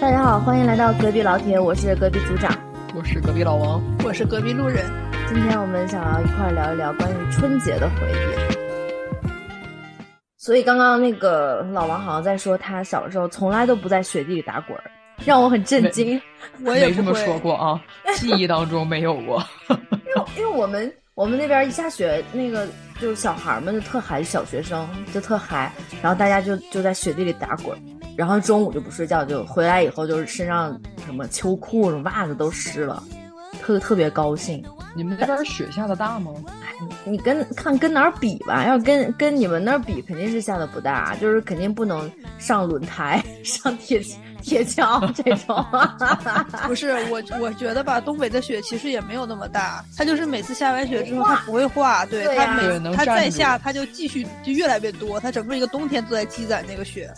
大家好，欢迎来到隔壁老铁，我是隔壁组长，我是隔壁老王，我是隔壁路人。今天我们想要一块儿聊一聊关于春节的回忆。所以刚刚那个老王好像在说，他小时候从来都不在雪地里打滚儿，让我很震惊。我没也不这么会说过 啊，记忆当中没有过。因为因为我们我们那边一下雪，那个就是小孩儿们就特嗨，小学生就特嗨，然后大家就就在雪地里打滚儿，然后中午就不睡觉，就回来以后就是身上什么秋裤、什么袜子都湿了，特特别高兴。你们那边雪下的大吗？你跟看跟哪儿比吧，要跟跟你们那儿比，肯定是下的不大，就是肯定不能上轮胎、 上铁铁锹这种。 不是我，我觉得吧，东北的雪其实也没有那么大，它就是每次下完雪之后，它不会化，对对它呀对每能它站再住下，它就继续就越来越多，它整个一个冬天都在积攒那个雪。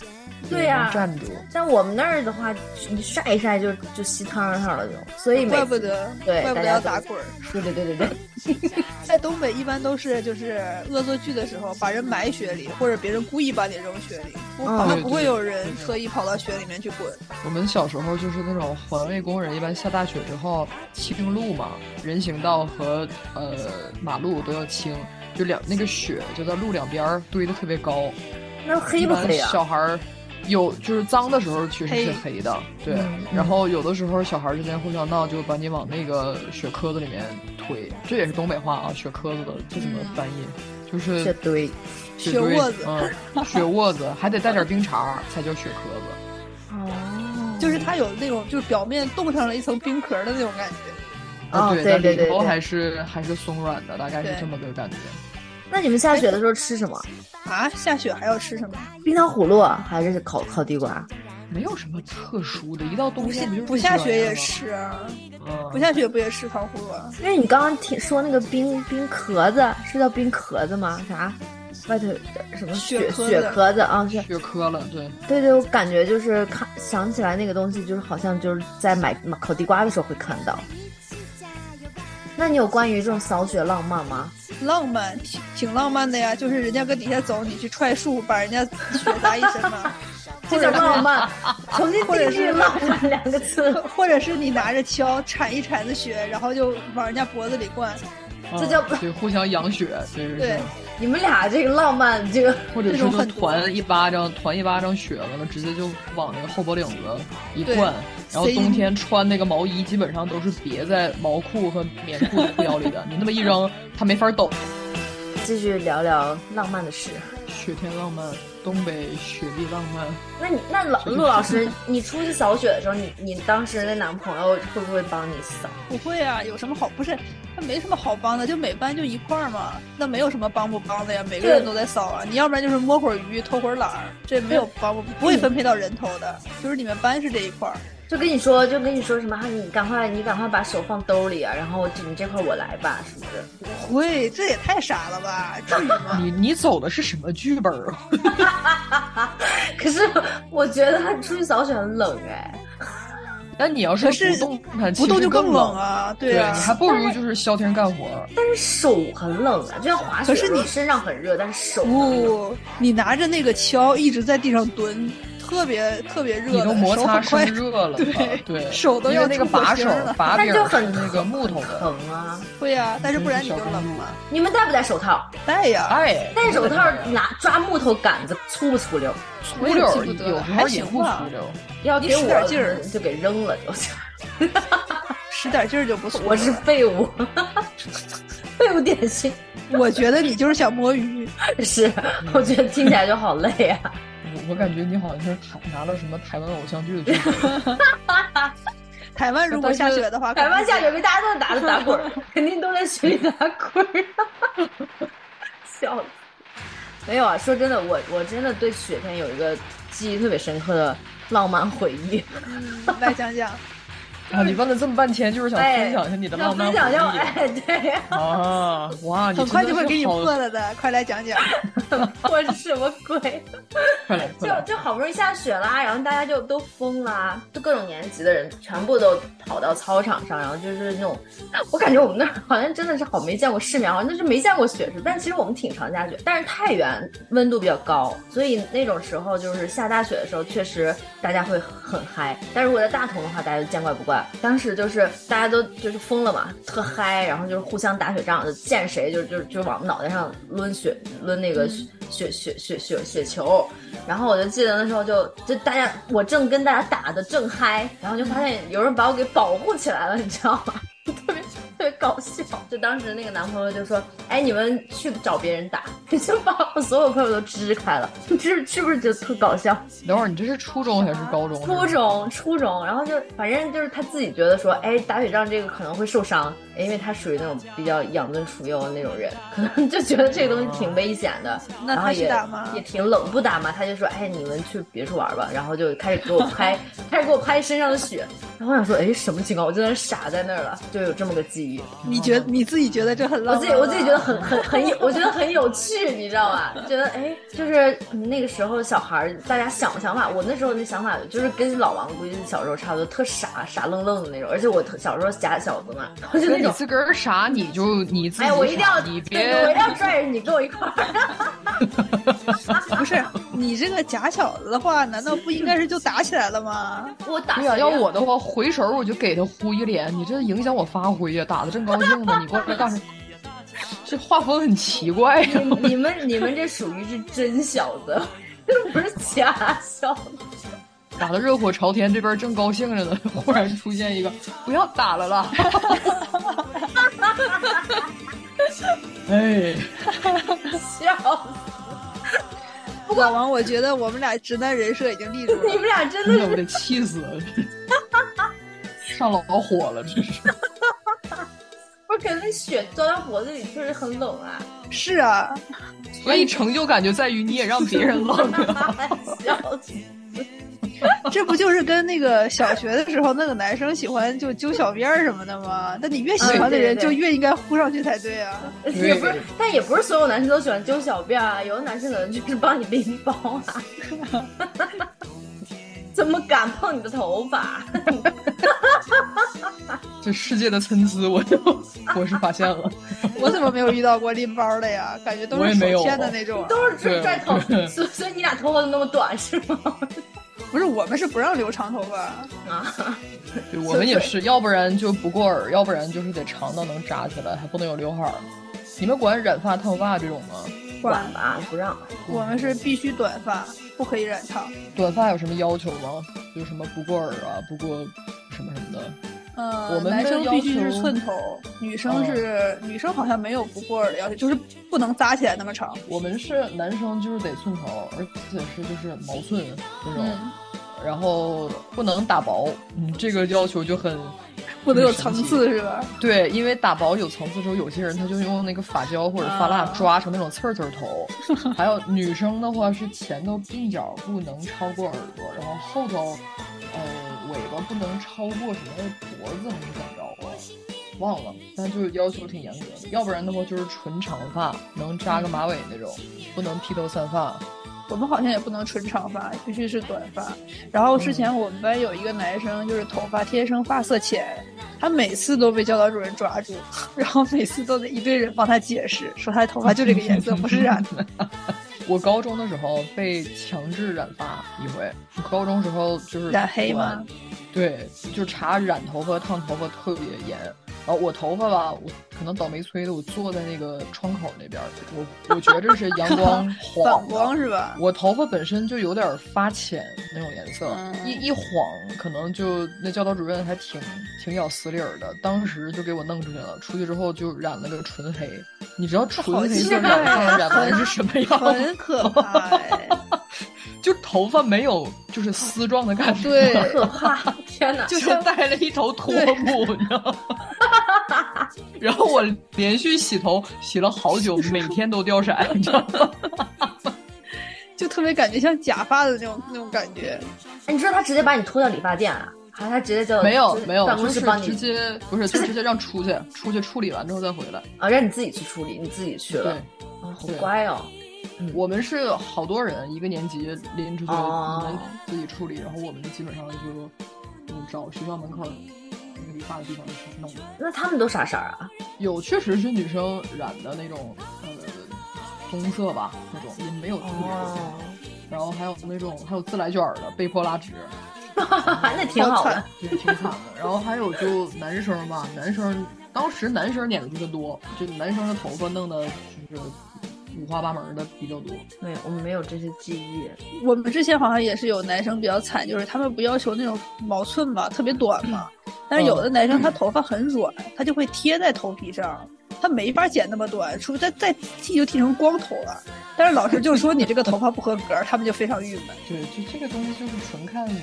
对呀能站住。像我们那儿的话，你晒一晒就就吸汤上了就，所以每怪次不得，对怪不大得家要都打滚儿。对对对对对。在东北一般都是就是恶作剧的时候，把人埋雪里，或者别人故意把你扔雪里，不嗯好像对不会对有人对特意跑到雪里面去滚。我们小时候就是那种环卫工人，一般下大雪之后清路嘛，人行道和呃马路都要清，就两那个雪就在路两边儿堆的特别高。那黑一不般黑啊？小孩儿有就是脏的时候确实是黑黑的，对。嗯然后有的时候小孩儿之间互相闹，就把你往那个雪壳子里面推，这也是东北话啊，雪壳子的这怎么翻译？就是这堆雪雪堆窝子嗯，雪窝子还得带点冰碴儿才叫雪壳子。哦就是它有那种就是表面冻上了一层冰壳的那种感觉。啊哦，对，对但对对里头对还是还是松软的，大概是对这么个感觉。那你们下雪的时候吃什么？啊，下雪还要吃什么？冰糖葫芦啊还是烤烤地瓜？没有什么特殊的，一到冬不下天就是不下雪也吃啊，这玩意儿吗，不下雪不也吃糖葫芦啊？因为你刚刚听说那个冰冰壳子是叫冰壳子吗？啥？外头呃什么雪雪壳子雪壳子啊？嗯是，雪磕了，对。对对，我感觉就是看想起来那个东西，就是好像就是在买买烤地瓜的时候会看到。那你有关于这种扫雪浪漫吗？浪漫，挺挺浪漫的呀，就是人家搁底下走，你去踹树，把人家雪砸一身嘛。 这叫浪漫，重新或者定是义“浪漫”两个字，或者是你拿着锹铲一铲子雪，然后就往人家脖子里灌，嗯这叫对互相养雪，对对对，你们俩这个浪漫，这个或者这是种就很多团一巴掌，团一巴掌雪，完了直接就往那个后脖领子一对灌，然后塞冬天穿那个毛衣基本上都是别在毛裤和棉裤的裤腰里的，你那么一扔，它没法抖。 继续聊聊浪漫的事。雪天浪漫，东北雪地浪漫，那你那老是陆老师，你出去扫雪的时候，你你当时那男朋友会不会帮你扫？不会啊，有什么好？不是，他没什么好帮的，就每班就一块儿嘛，那没有什么帮不帮的呀，每个人都在扫啊。你要不然就是摸会儿鱼，偷会儿懒儿，这没有帮不不嗯会分配到人头的，就是你们班是这一块儿。就跟你说，就跟你说什么，啊你赶快你赶快把手放兜里啊，然后这你这块我来吧什么的。不会，这也太傻了吧？至于 吗？你你走的是什么剧本儿啊？可是我觉得他出去扫雪很冷哎，那你要是可是不动弹，不动其就实更更冷。啊，对啊。 你还不如就是消停干活儿。但是手很冷啊，就像滑雪的时候，可是你身上很热，但是手很冷不，哦你拿着那个锹一直在地上蹲，特别特别热你的，都摩擦手生很快热了，对对，手都因为要那个出火把星手了把但柄就儿是很那个木头的，疼啊。会啊，但是不然你就冷了。你们戴不戴手套？戴呀，哎，戴手套 拿抓木头杆子粗不粗溜？粗我也溜记儿，不得有了时还候也行不吧粗溜儿。要给你使我点劲儿就给扔了就，使点劲儿就不错。我是废物， 废物典型。 我觉得你就是想摸鱼， 是，我觉得听起来就好累啊。我我感觉你好像是台拿了什么台湾偶像剧的剧本， 台湾如果下雪的话，台湾下雪可被大家都打着打滚儿，肯定都在雪里打滚儿， 笑死！没有啊，说真的，我我真的对雪天有一个记忆特别深刻的浪漫回忆。嗯能是来讲讲。啊，你问了这么半天，就是想分享一下你的那浪漫哎 分享一下我，回忆哎，对， 啊！哇，你很快真的就会是给你好破了的，快来讲讲。我是什么鬼？快来， 就快来！就好不容易下雪啦，然后大家就都疯啦，就各种年级的人全部都跑到操场上，然后就是那种，我感觉我们那儿好像真的是好没见过世面，好像就是没见过雪似的。但其实我们挺常下雪，但是太原温度比较高，所以那种时候就是下大雪的时候，确实大家会很嗨。但如果在大同的话，大家就见怪不怪。当时就是大家都就是疯了嘛，特嗨，然后就是互相打雪仗，就见谁就就就往脑袋上抡雪抡那个雪雪雪雪雪球。然后我就记得那时候就就大家我正跟大家打的正嗨，然后就发现有人把我给保护起来了，你知道吗？ 特别特别搞笑。就当时那个男朋友就说：“哎，你们去找别人打， 就把我所有朋友都支开了，你是是不是就特搞笑？”等会儿你这是初中还是高中？初中， 初中，然后就反正就是他自己觉得说，哎，打雪仗这个可能会受伤，哎因为他属于那种比较养尊处优的那种人， 可能就觉得这个东西挺危险的。那然后他啊去也打吗也挺冷，不打嘛。他就说，哎，你们去别处玩吧。 然后就开始给我拍，开始给我拍身上的雪。然后我想说，哎，什么情况？我真的傻在那儿了，就有这么个记忆。你觉你自己觉得这很浪我漫？啊自己我自己觉得。很很很有，我觉得很有趣，你知道吧？觉得哎，就是那个时候小孩儿，大家想想法，我那时候那想法就是跟老王估计小时候差不多，特傻傻愣愣的那种。而且我特小时候假小子嘛，我就那那你种，自个儿傻，你就你自己哎，我一定要，傻你别对我一定要拽着你跟我一块儿。 不是你这个假小子的话，难道不应该是就打起来了吗？我打对谁呀、呀、要我的话，回手我就给他呼一脸，你这影响我发挥呀、打的正高兴呢，你过来干啥？ 这画风很奇怪 呀、你你们你们这属于是真小子， 不是假小子。打的热火朝天，这边正高兴着呢，忽然出现一个不要打了啦！哎，笑死，老王，我觉得我们俩直男人设已经立住 你了们。俩真的真的是哎我得气死了，上老火了，这是。不是？可能雪浇到脖子里确实很冷 啊。是啊，所以成就感就在于你也让别人冷呀。 笑死！这不就是跟那个小学的时候那个男生喜欢就揪小辫儿什么的 吗？但你越喜欢的嗯对对人，对就越应该呼上去才对啊。也不是，但也不是所有男生都喜欢揪小辫儿啊，有的男生可能就是帮你拎包啊。 怎么敢碰你的头发？ 这世界的参差，我就我是发现了。 我怎么没有遇到过拎包的呀？感觉都我也是没有手牵的那种啊。都是拽对啊拽头，所以所以你俩头发都那么短是吗？ 不是，我们是不让留长头发。啊，对，我们也是，要不然就不过耳，要不然就是得长到能扎起来，还不能有刘海儿。你们管染发、烫发这种吗？管吧，不让。我们是必须短发，不可以染烫。短发有什么要求吗？有什么不过耳啊，不过什么什么的？嗯，我们男的生要必须求嗯是寸头，女生是、女生好像没有不过耳的要求，就是不能扎起来那么长。我们是男生，就是得寸头，而且是就是毛寸那种，嗯，然后不能打薄。嗯，这个要求就很不能有层次是吧？对，因为打薄有层次之后，有些人他就用那个发胶或者发蜡啊抓成那种刺儿刺儿头。还有女生的话是前头鬓角不能超过耳朵，然后后头，呃，尾巴不能超过什么脖子还是怎么着啊？忘了，但就是要求挺严格的，要不然的话就是纯长发，能扎个马尾那种，不能披头散发。我们好像也不能纯长发，必须是短发。然后之前我们班有一个男生，就是头发天生发色浅，他每次都被教导主任抓住， 然后每次都得一堆人帮他解释，说他头发就这个颜色，不是染的。 我高中的时候被强制染发一回，高中时候就是染黑吗？对，就查染头发、烫头发特别严。然后我头发吧，我可能倒霉催的，我坐在那个窗口那边儿，我我觉着是 阳光晃的反光是吧？我头发本身就有点儿发浅那种颜色，嗯一一晃可能就那教导主任还挺挺咬死理儿的，当时就给我弄出去了。出去之后就染了个纯黑，你知道纯黑色染发染完是什么样吗？很可怕、哎， 就头发没有就是丝状的感觉，对， 可怕！天哪！就像戴了一头拖布，你知道吗？ 然后我连续洗头洗了好久，每天都掉色，你知道吗？就特别感觉像假发的那种那种感觉。哎你知道他直接把你拖到理发店啊？啊，他直接就 没有就是没有，办就公是室帮直你接不是就直接让出去，出去处理完之后再回来。啊，让你自己去处理，你自己去了对，啊，好对乖哦，我们是好多人一个年级拎出去，哦你们自己处理，然后我们就基本上就就找学校门口嗯那个理发的地方去弄。那他们都啥色儿啊？有确实是女生染的那种呃棕色吧，那种也没有特别的。哦，然后还有那种还有自来卷儿的，被迫拉直， 那挺好的，对，挺惨的。然后还有就男生吧，男生当时男生染的就是多，就男生的头发弄的就是五花八门的比较多。没有，我们没有这些记忆。我们之前好像也是有男生比较惨，就是他们不要求那种毛寸嘛，特别短嘛，但是有的男生他头发很软，他就会贴在头皮上，他没法剪那么短，除非再再剃就剃成光头了。但是老师就说你这个头发不合格，他们就非常郁闷。对，就这个东西就是纯看你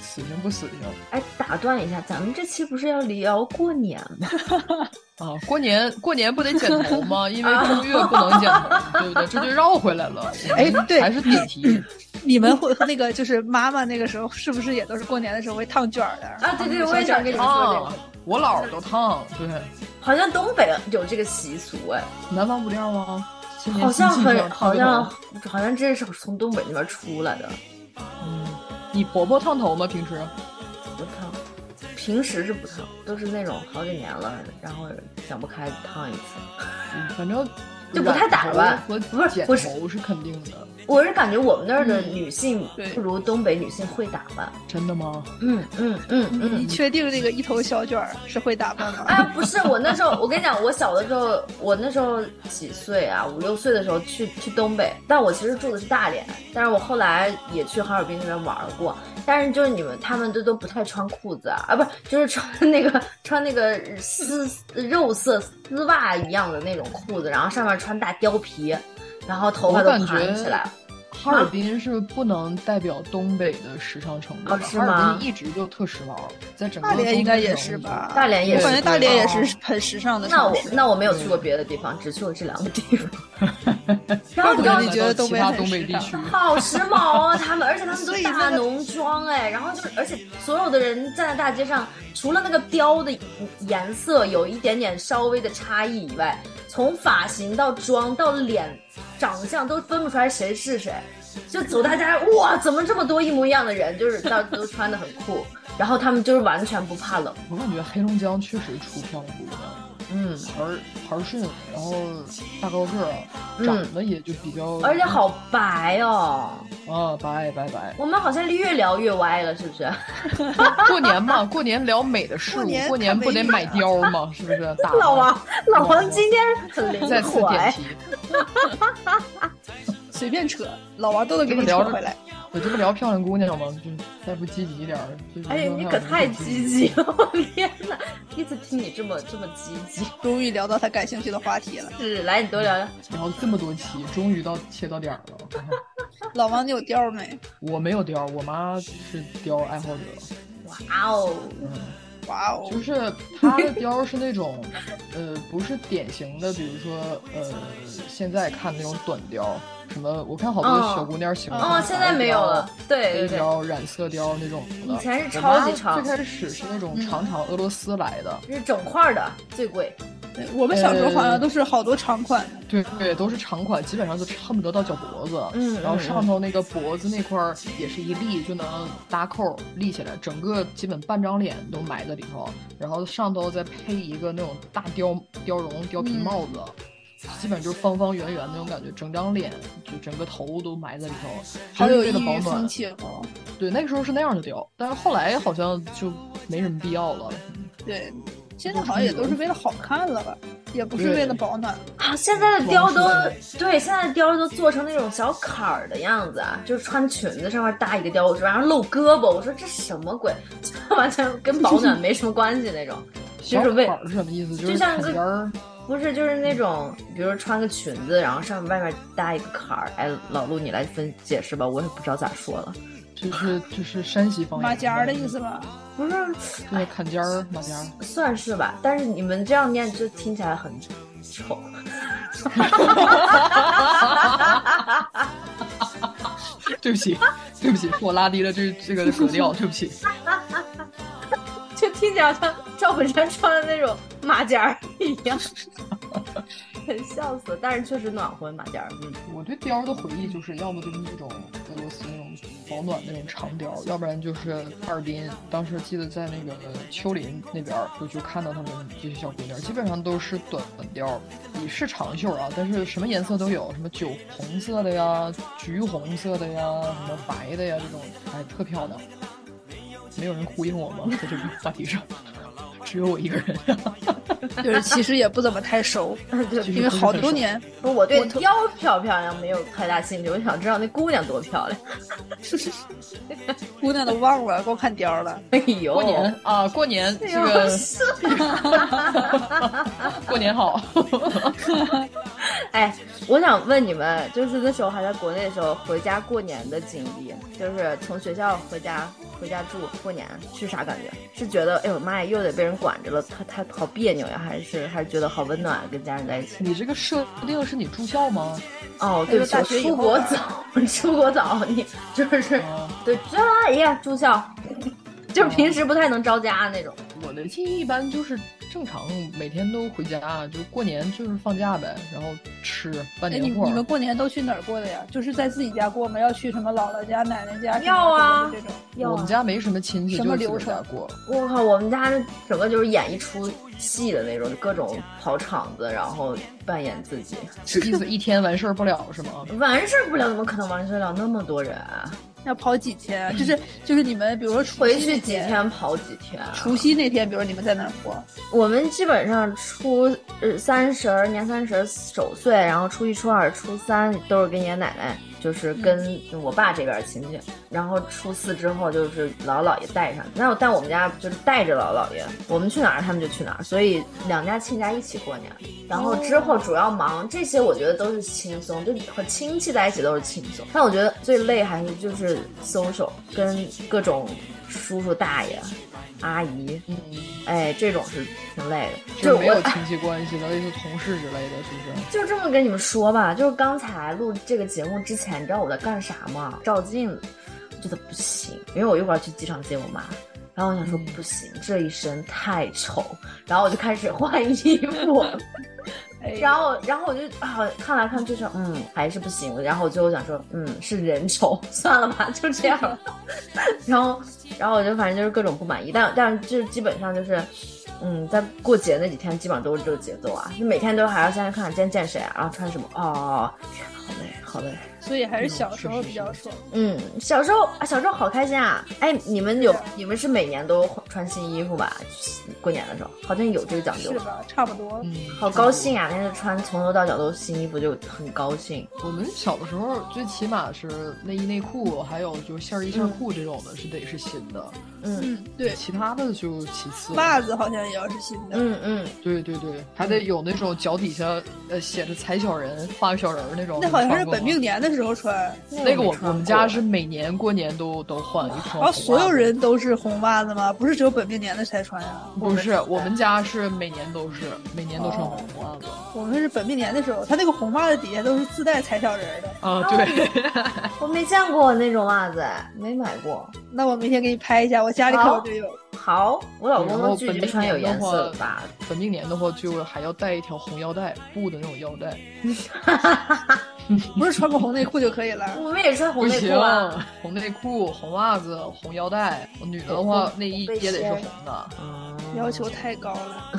死性不死性哎，打断一下，咱们这期不是要聊过年吗？啊。过年过年不得剪头 吗？因为正月不能剪头，对不对？这就绕回来 了。哎对还是点题。你们会那个就是妈妈那个时候是不是也都是过年的时候会烫卷儿的？啊对对烫我也想跟你小卷儿说这烫，我姥儿都烫，对，好像东北有这个习俗，哎，南方不这样吗？新年好像新气很象好烫个像头好像真是从东北那边出来的。嗯，你婆婆烫头吗？平时？不烫，平时是不烫，都是那种好几年了，然后想不开烫一次。嗯反正就不太打扮染头不和是剪不是头是肯定的，我是感觉我们那儿的嗯女性对不如东北女性会打扮。真的吗？嗯嗯嗯你你嗯。确定那个一头小卷儿是会打扮吗？哎，不是我那时候，我跟你讲，我小的时候，我那时候几岁啊？五六岁的时候去去东北，但我其实住的是大连，但是我后来也去哈尔滨那边玩过。但是就是你们他们都都不太穿裤子啊，啊，不是就是穿那个 穿那个丝肉色丝袜一样的那种裤子，然后上面穿大貂皮，然后头发我都感盘起觉来。哈尔滨是不能代表东北的时尚程度的，哦是哈尔吗滨一直就特时髦，在整个大连应该也东北是省吧？大连也我是感觉大连也是哦很时尚的哎那城我市。那我没有去过别的地方，只去过这两个地方， 我然后你觉得知道你觉得东北其他很东北时地尚区，好时髦啊！他们，而且他们都所以大那个浓妆哎，然后就是，而且所有的人站在大街上，除了那个貂的颜色有一点点稍微的差异以外，从发型到妆到脸长相都分不出来谁是谁。就走大街上，哇，怎么这么多一模一样的人？就是大家都穿的很酷，然后他们就是完全不怕冷。我感觉黑龙江确实出漂亮姑娘，嗯，而而顺，然后大高个儿，长得也就比较，嗯而且好白哦。啊，白白白。我们好像越聊越歪了，是不是？过年嘛，过年聊美的事过物，年过年看不得美女买貂 吗？是不是？打扮 老王，老王今天很再灵次活点哎。题。随便扯，老王都能给你扯回来。我这不聊漂亮姑娘吗？就再不积极一点儿，就是哎呀，你可太积极了！我天哪， 第一次听你这么这么积极。终于聊到他感兴趣的话题了。是，来你多聊聊。然后这么多期，终于到切到点儿了。老王，你有貂没？我没有貂儿，我妈是貂儿爱好者，哇哦，哇哦！就是 她的貂儿是那种，呃，不是典型的，比如说，呃，现在看那种短貂儿，什么，我看好多哦小姑娘喜欢哦，现在没有了。。对黑对对，貂、染色貂那种的，以前是我妈超级长嗯最开始是那种长长俄罗斯来的，是整块儿的最贵。对我们小时候好像都是好多长款，对对，都是长款，基本上就恨不得到脚脖子。嗯然后嗯上头那个脖子那块儿也是一立就能搭扣立起来，整个基本半张脸都埋在里头。然后上头再配一个那种大貂貂绒貂皮嗯帽子。基本就是方方圆圆那种感觉，整张脸就整个头都埋在里头，好真是有为异了域保暖风。情哦。对，那个时候是那样的貂，但是后来好像就没什么必要了。对，现在好像也都是为了好看了吧，也不是为了保暖。啊，现在的貂都对，现在的貂都做成那种小坎儿的样子啊，就是穿裙子上面搭一个貂，我说然后露胳膊，我说这什么鬼， 这完全跟保暖没什么关系那种。小就是为坎儿是什么意思？就就是像坎个肩儿。不是，就是那种，比如穿个裙子，然后上面外面搭一个坎儿。哎，老陆，你来分解释吧，我也不知道咋说了。就是就是山西方言，马甲儿的意，思吧？不是，对，坎肩儿马甲儿。算是吧，但是你们这样念就听起来很丑。对不起，对不起，是我拉低了这这个格调，对不起。就听起来像赵本山穿的那种马甲儿一样，很笑死。但是确实暖和马甲儿，嗯， 我对貂儿的回忆就是，要么就是那种俄罗斯那种保暖那种长貂，要不然就是哈尔滨。当时记得在那个丘陵那边儿，我就看到他们这些小姑娘，基本上都是短貂，也是长袖啊，但是什么颜色都有，什么酒红色的呀、橘红色的呀、什么白的呀，这种哎特漂亮。没有人呼应我吗？在这个话题上，只有我一个人。 就是其实也不怎么太 熟， 对，因为好多年嗯不是我对我特貂漂不漂亮没有太大兴趣，我想知道那姑娘多漂亮。姑娘都忘了，光看貂儿了。哎呦，过哦年啊，过年哎这呦个 是过年好。哎，我想问你们，就是那时候还在国内的时候，回家过年的经历，就是从学校回家回家住过年是啥感觉？是觉得哎呦妈呀，又得被人管着了，他他好别扭呀，还是还是觉得好温暖，啊跟家人在一起？ 你这个设定是你住校吗？哦，对不起，大我学以出后国吧早，出国早，你就是啊， 对，哎呀，住校， 就是平时不太能招家啊那种。我的记忆一般就是正常，每天都回家，就过年就是放假呗，然后吃办哎，你年货你。们过年都去哪儿过的呀？就是在自己家过吗？要去什么姥姥家、奶奶家？要啊什么的这种。我们家没什么亲戚，什就么是自流己家程过。我靠，我们家整个就是演一出戏的那种，各种跑场子，然后扮演自己，意 思一天完事儿不了是吗？完事儿不了，怎么可能完事儿了那么多人啊？要跑几天啊？就是就是你们，比如说除夕回去那几天跑几天啊？除夕那天，比如你们在哪儿过？我们基本上初呃三十儿年三十儿守岁，然后初一、初二、初三都是跟爷爷奶奶，就是跟我爸这边儿亲戚。然后初四之后就是姥姥姥爷带上，那我但我们家就是带着姥姥姥爷，我们去哪儿他们就去哪儿，所以两家亲家一起过年。然后之后主要忙这些，我觉得都是轻松，就和亲戚在一起都是轻松。但我觉得最累还是就是 social，跟各种叔叔大爷、阿姨。嗯，哎，这种是挺累的，就是就没有我。亲戚关系的，类似同事之类的，是不 是？就这么跟你们说吧，就是刚才录这个节目之前，你知道我在干啥吗？照镜子，我觉得不行，因为我一会儿要去机场接我妈，然后我想说嗯不行，这一身太丑，然后我就开始换衣服，哎然后然后我就啊看来看去说嗯还是不行，然后我最后想说嗯是人丑， 算了吧，就这样 吧。然后然后我就反正就是各种不满意，但但就是基本上就是。嗯，在过节那几天基本上都是这个节奏啊，就每天都还要先看今天见谁啊，然后穿什么，哦，天啊，好累，好累。所以还是小时候比较爽。嗯，小时候啊，小时候好开心啊！哎，你们有是啊你们是每年都穿新衣服吧？过年的时候好像有这个讲究是，吧？差不多。嗯，好高兴啊！那天穿从头到脚都是新衣服，就很高兴。我们小的时候最起码是内衣内裤，还有就是线儿衣线儿裤这种的，是得是新的，嗯嗯，对，其他的就其次。袜子好像也要是新的。嗯嗯，对对对，还得有那种脚底下呃写着踩小人、画个小人儿那种。那好像你是穿过吗本命年的时嗯候穿，那个我没穿我们家过是每年过年都都换一然双。后所有人都是红袜子吗？不是只有本命年的才穿呀。不是，我们家是每年都是每年都穿红袜子。我们是本命年的时候，他那个红袜子底下都是自带踩小人儿的。哦啊，对， 我没见过那种袜子，没买过。那我明天给你拍一下，我家里可好有这有。好，我老公然都后拒本绝命穿有年的颜色的话袜子。本命年的话就还要带一条红腰带，布的那种腰带。不是穿个红内裤就可以了。我们也穿红不啊内行裤啊。，红内裤、红袜子、红腰带。女的的话，内衣也得是红的。要求太高了，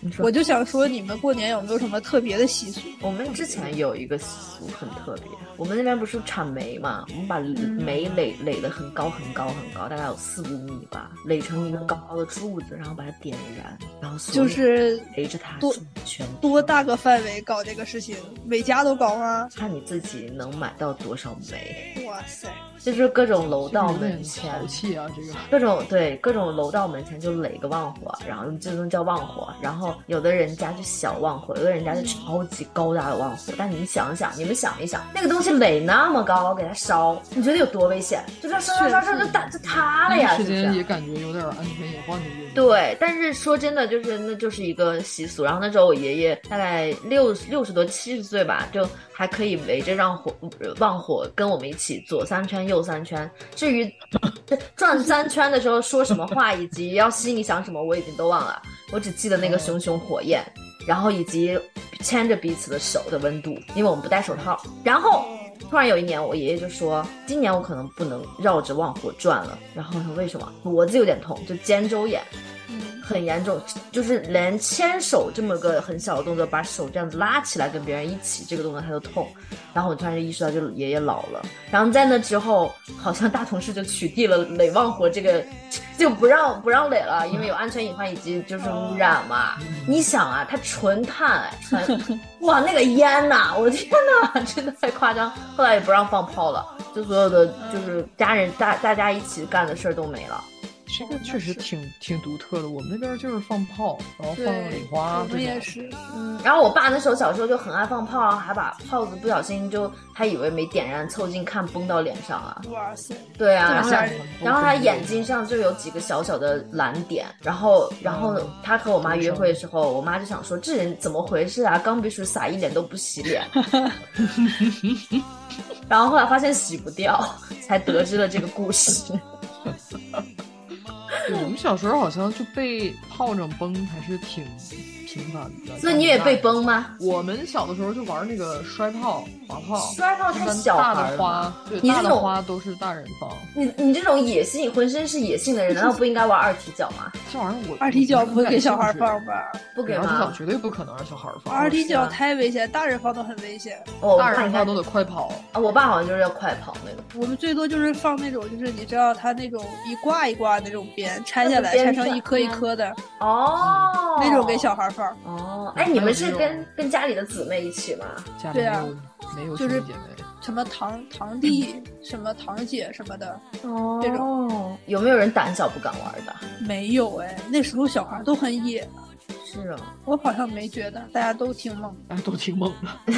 你说我就想说，你们过年有没有什么特别的习俗？我们之前有一个习俗很特别，我们那边不是产煤嘛，我们把煤垒垒得很高很高很高，大概有四五米吧，垒成一个高高的柱子，然后把它点燃，然后所有就人是围着它多转一圈，多大个范围搞这个事情？每家都搞吗？看你自己能买到多少煤，哇塞，就是各种楼道有门点前。淘气啊，这个。各种对各种楼道门前就垒个旺火，然后就能叫旺火。然后有的人家就小旺火，有的人家就超级高大的旺火。但你们想想，你们想一想，那个东西垒那么高，给它烧，你觉得有多危险？就这烧烧烧烧就打就塌了呀！啊时是不间是也感觉有点安全隐患的意思。对，但是说真的，就是那就是一个习俗。然后那时候我爷爷大概六六十多七十岁吧，就还可以围着让火旺火跟我们一起左三圈右三圈。至于转三圈的时候说什么话，以及要心里想什么，我已经都忘了，我只记得那个熊熊火焰，然后以及牵着彼此的手的温度，因为我们不戴手套。然后突然有一年，我爷爷就说：“今年我可能不能绕着旺火转了。”然后我说：“为什么？脖子有点痛，就肩周炎。”嗯很严重，就是连牵手这么个很小的动作，把手这样子拉起来跟别人一起，这个动作他都痛。然后我突然就意识到，就爷爷老了。然后在那之后，好像大同事就取缔了垒旺火这个，就不让不让垒了，因为有安全隐患以及就是污染嘛。你想啊，它纯碳，哎，纯哇，那个烟呐、我的天呐，真的太夸张。后来也不让放炮了，就所有的就是家人大大家一起干的事儿都没了。这个确实挺挺独特的。我们那边就是放炮，然后放礼花我这们也种。是，嗯然后我爸那时候小时候就很爱放炮，啊还把炮子不小心就他以为没点燃，凑近看崩到脸上了。哇塞，对啊，然这后么吓人然后他眼睛上就有几个小小的蓝点，然后然后嗯他和我妈约会的时候，我妈就想说这人怎么回事啊，钢笔水洒一脸都不洗 脸，然后后来发现洗不掉，才得知了这个故 事。对我们小时候好像就被炮仗崩还是挺频繁的。所以你也被？崩吗？我们小的时候就玩那个摔炮、滑炮。摔炮哦一太般小大孩的了吧。花，对你大这的种花都是大人放。你你这种野性，浑身是野性的人，难道不应该玩二踢脚吗？这玩意儿我二踢脚不会给小孩我放吧？不不给敢控制，二踢脚吗？绝对不可能让小孩放。二踢是脚啊太危险，大人放都很危险。哦，我大爸人应放该都得快跑。啊，我爸好像就是要快跑那种。我们最多就是放那种，就是你知道它那种一挂一挂那种鞭，拆下来那种拆鞭成一颗一颗的哦，嗯那种给小孩放。哦，哎，你们是还有这跟跟家里的姊妹一起吗？家里没对有、啊没有就兄是弟姐妹，什么堂堂弟、嗯什么堂姐什么的，哦这种有没有人胆小不敢玩的？没有哎。那时候小孩都很野，是啊，我好像没觉得，大家都挺猛。哎，都挺猛的。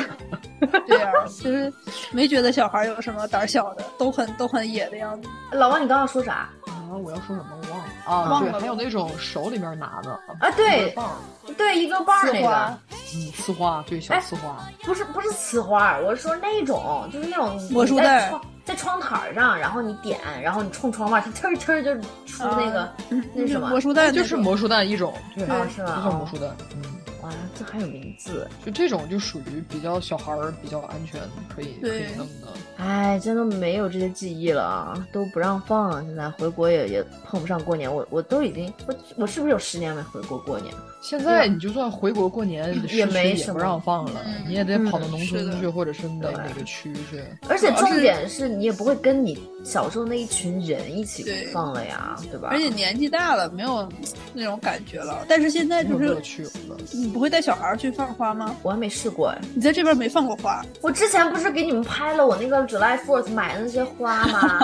对呀、就是没觉得小孩有什么胆小的，都很都很野的样子。老王，你刚刚说啥啊，我要说什么我忘了啊，忘对，了还有那种手里面拿的啊？对棒儿，对，一个棒儿丝那花个，，嗯，呲花，对，小哎呲花，不是不是呲花儿，我是说那种，就是那种魔术你在袋窗在窗台儿上，然后你点，然后你冲窗外，它呲儿呲儿就出那个、嗯那什么魔术蛋就是魔术蛋一种，对，啊，就是吧？魔术蛋，嗯，哦哇，这还有名字，就这种就属于比较小孩儿比较安全，可以可对以弄的。哎，真的没有这些记忆了啊，都不让放啊！现在回国也也碰不上过年，我我都已经我我是不是有十年没回国过年？现在你就算回国过年，市也区没也什不么让放了，嗯你也得跑到嗯农是村的去，或者是哪对哪个区去。而且主要重是点是你也不会跟你小时候那一群人一起对放了呀，对吧？而且年纪大了，没有那种感觉了。但是现在就没有乐是趣了，你不会带小孩儿去放花吗？我还没试过哎，你在这边没放过花，我之前不是给你们拍了我那个 July Fourth 买的那些花吗？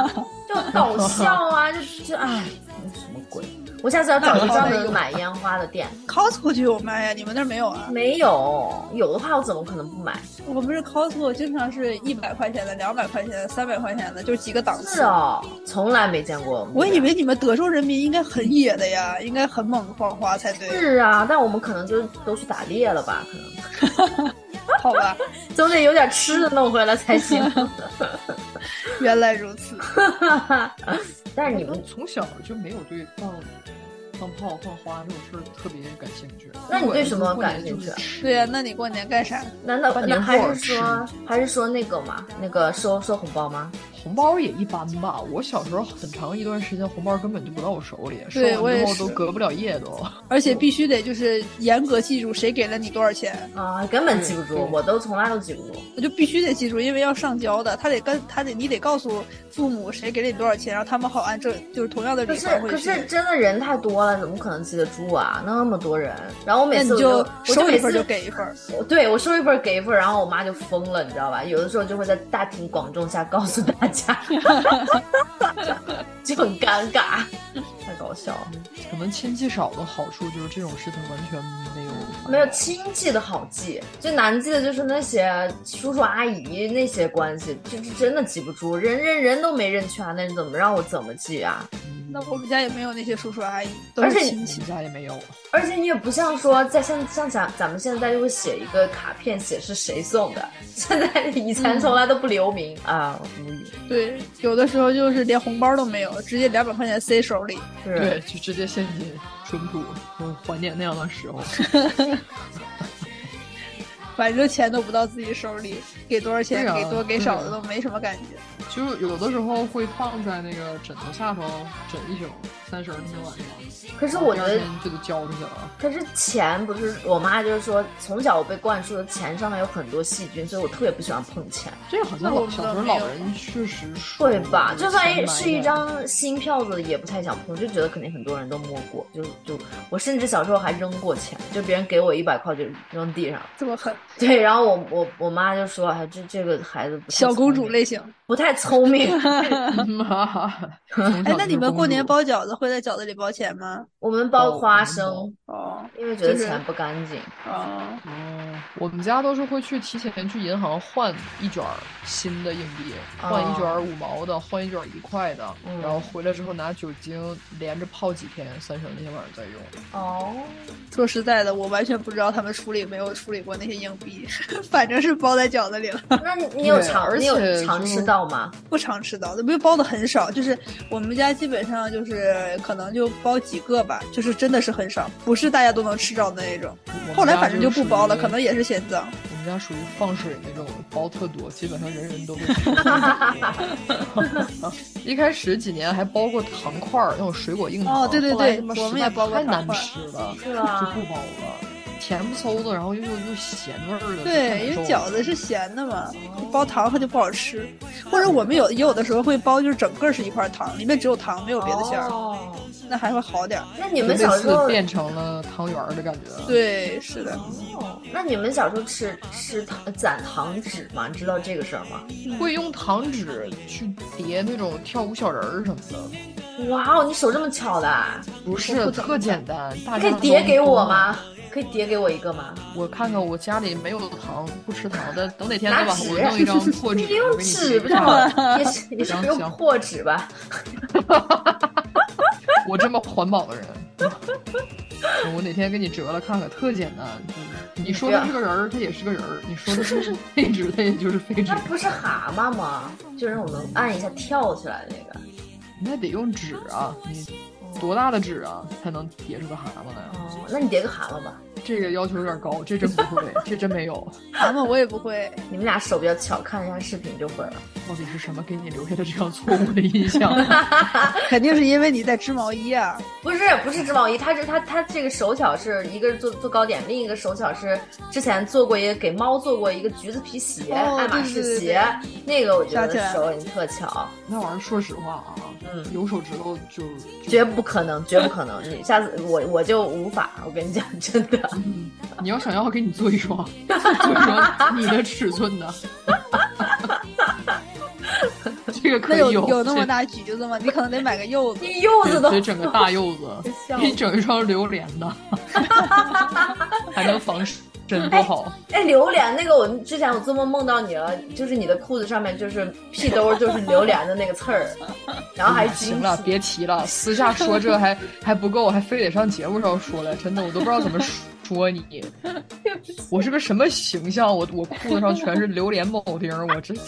就搞笑啊，就就哎，什么鬼？我下次要找一个专门买烟花的店， Costco 就有卖呀，你们那儿没有啊？没有，有的话我怎么可能不买？我们这 Costco 经常是一百块钱的、两百块钱的、三百块钱的，就是几个档是次。哦，从来没见过。我以为你们德州人民应该很野的呀，应该很猛放花才对，是啊，但我们可能就都去打猎了吧，可能好吧？总得有点吃的弄回来才 行。原来如此，但是你我们，从小就没有对放放炮、放花这种事儿特别感兴趣。那你对什么我感感兴趣啊对呀、那你过年干啥？难道半那年还过是说还是说那个嘛，那个收收红包吗？红包也一般吧。我小时候很长一段时间，红包根本就不到我手里，收对我完也之后都是隔不了夜都。而且必须得就是严格记住谁给了你多少钱，啊，根本记不对住对，我都从来都记不住。我就必须得记住，因为要上交的，他得跟他得你得告诉父母谁给了你多少钱，然后他们好按这就是同样的可礼是还可回去。是真的人太多了，怎么可能记得住啊？那么多人，然后我每那次你我就我收每一次份就给一份，我对我收一份儿给一份儿，然后我妈就疯了，你知道吧？有的时候就会在大庭广众下告诉大 家，就很尴尬，太搞笑了。可能亲戚少的好处就是这种事情完全没有没有亲戚的好记，最难记的就是那些叔叔阿姨那些关系，就是真的记不住，人人人都没认全，那你怎么让我怎么记啊？嗯那我们家也没有那些叔叔阿姨，都而是且亲戚其。他也没有。而且你也不像说在像像咱咱们现在就会写一个卡片，写是谁送的。 现在以前从来都不留名、嗯啊，我无语。对，有的时候就是连红包都没有，直接两百块钱塞手里。是对，就直接现金，淳朴，我怀念那样的时候。反正钱都不到自己手里，给多少钱，对啊给多给少的对都没什么感觉。就有的时候会放在那个枕头下头枕一宿，三十儿那天晚上，可是我第觉二得，天就都交出去了。可是钱不是我妈就是说，从小我被灌输的钱上面有很多细菌，所以我特别不喜欢碰钱，这个好像那我老们小倒时候没老有人确实是会吧？嗯就算钱买是一的张新票子，也不太想碰，就觉得肯定很多人都摸过，就就我甚至小时候还扔过钱，就别人给我一百块就扔地上了， 这么狠，对，然后我我我妈就说，哎，这这个孩子不太小公主聪明类型。不太聪 明。 妈，从哎小，那就你是们公过年主包饺子会在饺子里包钱吗？我们包花生哦，哦因为觉得就是钱不干净。哦，哦，我们家都是会去提前去银行换一卷儿新的硬币，哦换一卷儿五毛的，换一卷儿一块的，嗯然后回来之后拿酒精连着泡几天，三十儿那天晚上再用。哦，说实在的，我完全不知道他们处理没有处理过那些硬币， 反正是包在饺子里了， 那你你有对尝而你有且尝试就到吗？不常吃到的，不是包的很少，就是我们家基本上就是可能就包几个吧，就是真的是很少，不是大家都能吃着的那种。我后们来家反正就不属包了，于可能也是嫌脏。我们家属于放水那种，包特多，基本上人人都 会吃。一开始几年还包过糖块儿，那种水果硬糖。哦对对后来对他妈我们实也在包过太糖难块儿吃了，是就吧不？包了，甜不嗖的，然后又又又咸味儿的。对，因为饺子子是咸的嘛，包糖它就不好吃。或者我们有也有的时候会包，就是整个是一块糖，里面只有糖没有别的馅儿，哦，那还会好点儿。那你们小时候，变成了汤圆儿的感觉。，对，是的，哦那你们小时候吃吃糖攒糖纸吗？你知道这个事儿吗？会用糖纸去叠那种跳舞小人儿什么的。哇哦，你手这么巧的啊，不是，特简单。大可以家叠都给啊我能吗？可以叠给我一个吗？我看看，我家里没有糖，不吃糖的。等哪天拿再吧，纸我弄 一张破纸，你我用给纸你不贴就上好 了？也是也是行不用行破纸吧？我这么环保的人，我哪天给你折了看看，特简单。嗯 你说的是个人儿，它也是个人儿；你说的是废纸，它也就是废 纸那。不是蛤蟆吗？就是那种能按一下跳起来的那个。那得用纸啊，你多大的纸啊，才能叠出个蛤蟆来？啊哦，那你叠个蛤蟆吧。这个要求有点高，这真不会，这真没有。蛤蟆我也不会。你们俩手比较巧，看一下视频就会了。到底是什么给你留下的这样错误的印象？ 肯定是因为你在织毛衣啊，不是不是织毛衣，他是他他这个手巧是一个是做做糕点，另一个手巧是之前做过一个给猫做过一个橘子皮鞋，哦爱马对对仕对鞋，那个我觉想起得来手已经特巧，那玩意儿，说实话啊，嗯有手指头就就绝不可能，绝不可 能，你下次我我就无法， 我跟你讲，真的，你要想要，给你做一双， 做一双你的尺寸的。 这个可那以有有那么大橘子吗？你可能得买个柚 子。你柚这子得 都，得整个大柚子笑给你整一双榴莲的，还能防身多好。 哎，榴莲那个，我之前我做梦梦到你了，就是你的裤子上面就是屁兜儿就是榴莲的那个刺 儿，然后还惊哎行了，喜别提了，私下说这 还还不够，还非得上节目上说了，真的我都不知道怎 么说说你。我是个什么形象？我我裤子上全是榴莲铆钉儿， 我这、哎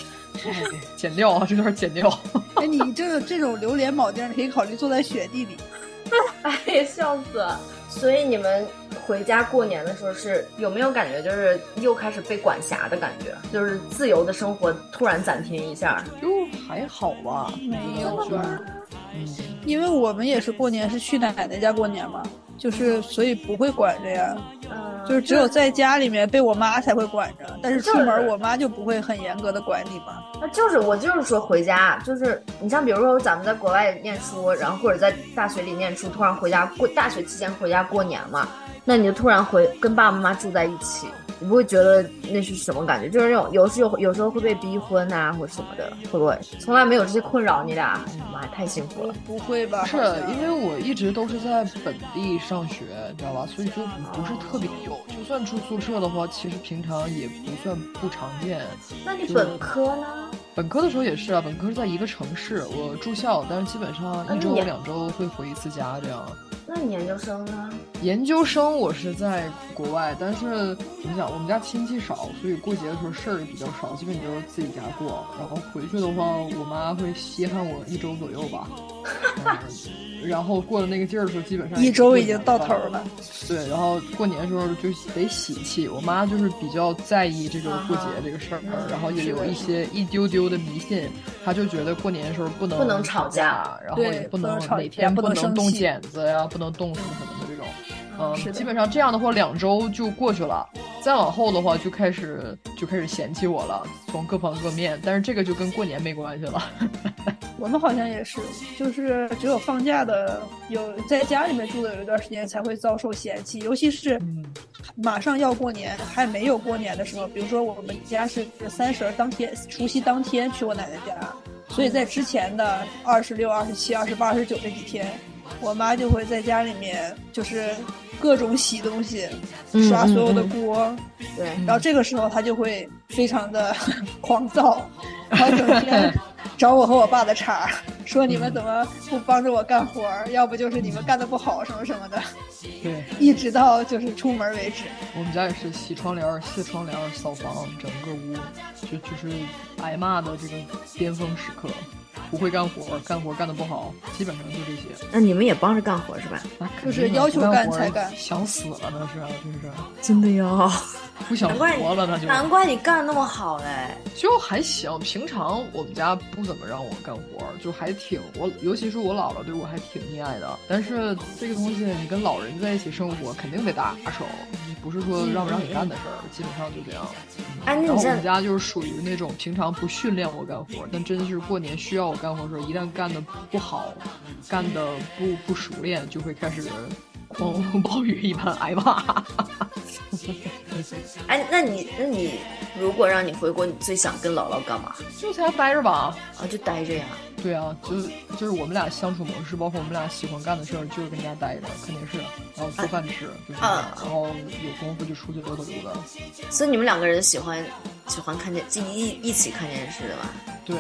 剪掉啊，这段剪 掉。哎，你这个这种榴莲铆钉，你可以考虑坐在雪地里。 哎，笑死了！所以你们回家过年的时候是有没有感觉，就是又开始被管辖的感觉，就是自由的生活突然暂停一下？就还好吧，没有就是吧嗯，因为我们也是过年是去奶奶家过年嘛，就是所以不会管着呀，嗯就是只有在家里面被我妈才会管着，但是出就是门我妈就不会很严格的管理嘛。那就是我就是说回家，就是你像比如说咱们在国外念书，然后或者在大学里念书，突然回家过大学期间回家过年嘛，那你就突然回跟爸爸妈妈住在一起，你不会觉得那是什么感觉？就是那种有时候有时候会被逼婚呐、或者什么的，会不会？从来没有这些困扰你俩，妈呀太幸福不了。不会吧？是好像因为我一直都是在本地上学，你知道吧？所以就不是特别有，就算住宿舍的话，其实平常也不算不常见。那你本科呢？本科的时候也是啊，本科是在一个城市，我住校，但是基本上一周嗯也两周会回一次家这样。那你研究生呢？研究生我是在国外，但是怎么讲，我们家亲戚少，所以过节的时候事儿也比较少，基本就是自己家过。然后回去的话，我妈会稀罕我一周左右吧。 嗯、然后过了那个劲儿的时候，基本上一周已经到过头年了。对，然后过年的时候就得喜气，我妈就是比较在意这个过节这个事儿，然后也有一些一丢丢的迷信，她就觉得过年的时候不能不能吵架，然后也对不不能能吵哪架天不能生能动气剪子呀，不能动什么什么的这种。嗯，是的基本上这样的话，两周就过去了。再往后的话，就开始就开始嫌弃我了，从各方各面。但是这个就跟过年没关系了。我们好像也是，就是只有放假的有在家里面住的有一段时间才会遭受嫌弃，尤其是嗯，马上要过年还没有过年的时候，比如说我们家是三十儿当天、除夕当天去我奶奶家，所以在之前的二十六、二十七、二十八、二十九这几天，我妈就会在家里面就是各种洗东西，嗯刷所有的嗯嗯锅，对，然后这个时候他就会非常的 狂躁，然后整 天找我和我爸的茬儿，说你们怎么不帮着我干活儿，要不就是你们干的不好什么什么的，对，一直到就是出门为止。我们家也是洗窗帘儿、卸窗帘儿、扫房，整个屋就就是挨骂的这个巅峰时刻。不会干活，干活干的不好，基本上就这些。 那你们也帮着干活是吧？那就肯是定的要求不干活才干想死了那是啊，真是真的呀，不想难怪你活了那就。难怪你干那么好嘞。就还行，平常我们家不怎么让我干活儿，就还挺我，尤其是我姥姥对我还挺溺爱的。但是这个东西，你跟老人在一起生活，肯定得打手，你不是说让不让你干的事儿，基本上就这样。哎，那然你后我这们家就是属于那种平常不训练我干活，但真是过年需要我干活的时候，一旦干的不好，干的不不熟练，就会开始狂风暴雨一般挨骂。哎，那你那你如果让你回国，你最想跟姥姥干嘛？就才待着吧，啊，就待着呀。对啊，就是就是我们俩相处模式，包括我们俩喜欢干的事儿，就是跟家待着，肯定是，然后做饭吃，就是这样啊，然后有功夫就出去溜达溜达。所以你们两个人喜欢喜欢看电，就一一起看电视的吧？对，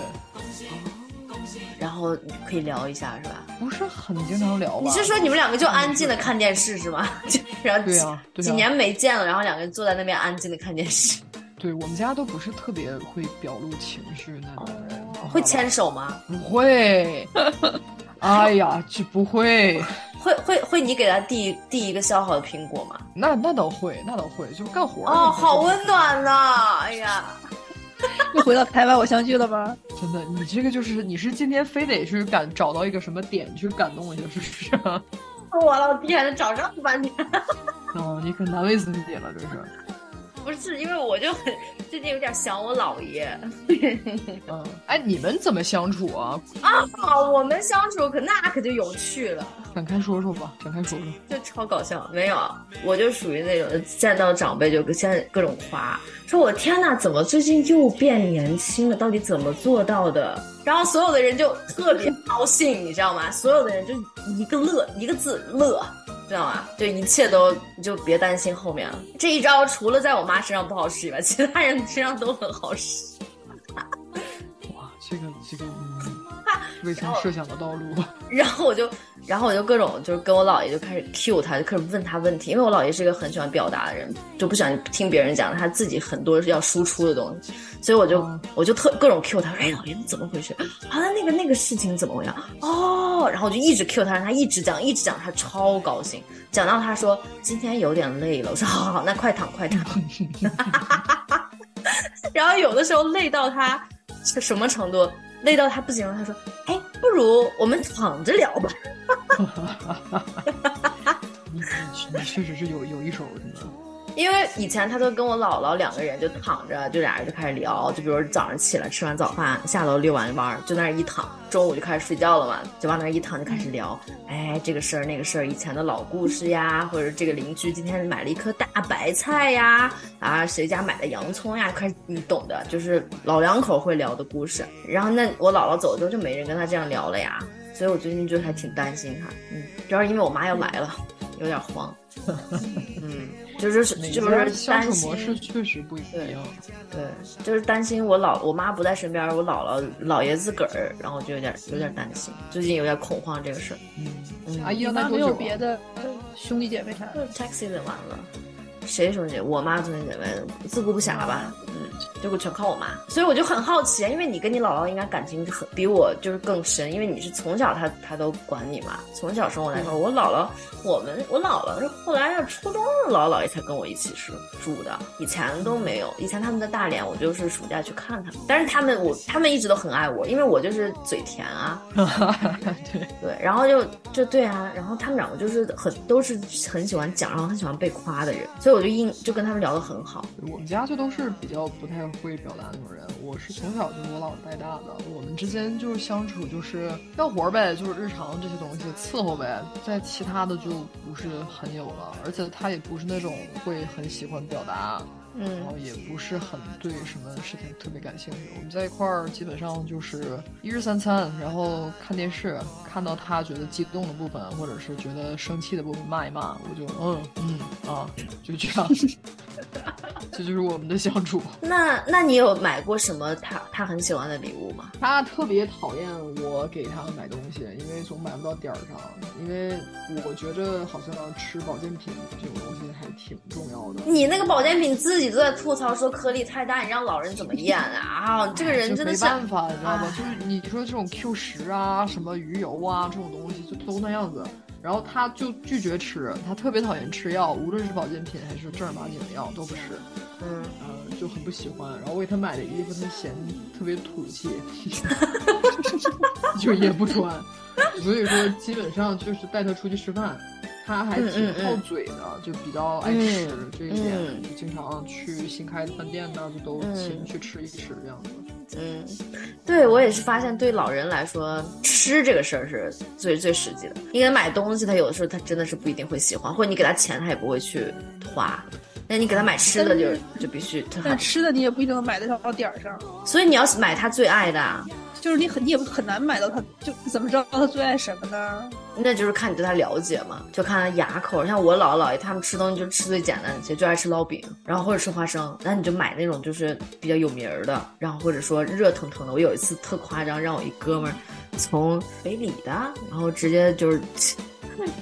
然后可以聊一下是吧？不是很经常聊吧？你是说你们两个就安静的看电视是吗？就 然后对几啊对啊几年没见了，然后两个人坐在那边安静的看电视，对我们家都不是特别会表露情绪那种人，哦会牵。牵手吗？不会。 哎呀，这不会，会会会，你给他递递一个削好的苹果吗？那那倒会，那倒会，就是干活儿哦，那种好温暖呐、哎呀， 又回到台湾偶像剧了吗？真的，你这个就是你是今天非得去感找到一个什么点去感动一下，是不是？啊我老天，找这么半天。哦，你可难为死你了，这是。不是，因为我就很最近有点想我姥爷嗯，哎，你们怎么相处啊？ 啊，我们相处可那可就有趣了，展开说说吧，展开说说。就超搞笑。没有，我就属于那种见到长辈就现在各种夸，说我天呐，怎么最近又变年轻了？到底怎么做到的？然后所有的人就特别高兴，你知道吗？所有的人就一个乐，一个字乐。知道吗？就一切都你就别担心后面了。这一招除了在我妈身上不好使以外，其他人身上都很好使。哇，这个这个，嗯，未曾设想的道路。 然后我就，然后我就各种就是跟我姥爷就开始 Q 他，就开始问他问题，因为我姥爷是一个很喜欢表达的人，就不喜欢听别人讲他自己很多是要输出的东西，所以我就、嗯我就特各种 Q 他，说哎姥爷你怎么回事啊？那个那个事情怎么回事？哦，然后我就一直 Q 他，让他一直讲一直讲，他超高兴，讲到他说今天有点累了，我说好好好，那快躺快躺。然后有的时候累到他是什么程度？累到他不行了，他说：“哎，不如我们躺着聊吧。”你你你确实是有有一手，真的。因为以前他都跟我姥姥两个人就躺着，就俩人就开始聊，就比如早上起来吃完早饭，下楼遛完弯儿，就那儿一躺，中午就开始睡觉了嘛，就往那儿一躺就开始聊，哎，这个事儿那个事儿，以前的老故事呀，或者这个邻居今天买了一颗大白菜呀，啊，谁家买的洋葱呀，开始你懂的，就是老两口会聊的故事。然后那我姥姥走之后就没人跟他这样 聊了呀，所以我最近就还挺担心他，嗯，主要是因为我妈要来了，有点慌。嗯，就是是每就家是相担处模式心，确实不一对样。对，就是担心我姥我妈不在身边，我姥姥姥爷自个儿，然后我就有点有点担心，最近有点恐慌这个事儿。嗯，阿姨你要待妈多没久有啊？别的兄弟姐妹啥就的？是 taxi 得完了，谁兄弟姐妹？我妈兄弟姐妹自顾不暇吧，嗯，结果全靠我妈，所以我就很好奇，啊因为你跟你姥姥应该感情很比我就是更深，因为你是从小她她都管你嘛，从小生活在一块儿。我姥姥，我们我姥姥是后来上初中的姥姥姥爷才跟我一起是住的，以前都没有，以前他们在大连，我就是暑假去看他们，但是他们我他们一直都很爱我，因为我就是嘴甜啊，对，对，然后就就对啊，然后他们两个就是很都是很喜欢讲，然后很喜欢被夸的人，所以我就硬就跟他们聊得很好。我们家就都是比较不太会表达那种人。我是从小就是我姥姥带大的，我们之间就是相处就是干活呗，就是日常这些东西伺候呗，在其他的就不是很有了。而且他也不是那种会很喜欢表达，然嗯后也不是很对什么事情特别感兴趣。我们在一块儿基本上就是一日三餐，然后看电视，看到他觉得激动的部分，或者是觉得生气的部分骂一骂，我就嗯嗯啊，就这 样。这就是我们的相处。那那你有买过什么他他很喜欢的礼物吗？他特别讨厌我给他买东西，因为总买不到点儿上。因为我觉着好像吃保健品这种东西还挺重要的。你那个保健品自己都在吐槽说颗粒太大，你让老人怎么咽啊？啊，这个 人就真的没是。办法，你知道吧哎？就是你说这种 Q 十啊、什么鱼油啊这种东西，就都那样子。然后他就拒绝吃，他特别讨厌吃药，无论是保健品还是正儿八经的药都不吃，嗯，呃，就很不喜欢。然后我给他买的衣服，他嫌特别土气， 就也不穿。所以说，基本上就是带他出去吃饭，他还挺嗯嗯好嘴的，就比较爱吃、嗯这一点，嗯就经常去新开的饭店呐、就都嗯请去吃一吃这样子。嗯，对我也是发现，对老人来说，吃这个事儿是最最实际的。因为买东西，他有的时候他真的是不一定会喜欢，或者你给他钱，他也不会去花。那你给他买吃的就，但是就必须他但很，吃的你也不一定能买得到点儿上，所以你要买他最爱的啊，就是你很你也很难买到他，就怎么知道他最爱什么呢？那就是看你对他了解嘛，就看他牙口。像我姥姥姥爷他们吃东西就吃最简单的，就就爱吃烙饼，然后或者吃花生。那你就买那种就是比较有名儿的，然后或者说热腾腾的。我有一次特夸张，让我一哥们儿从北理的，然后直接就是。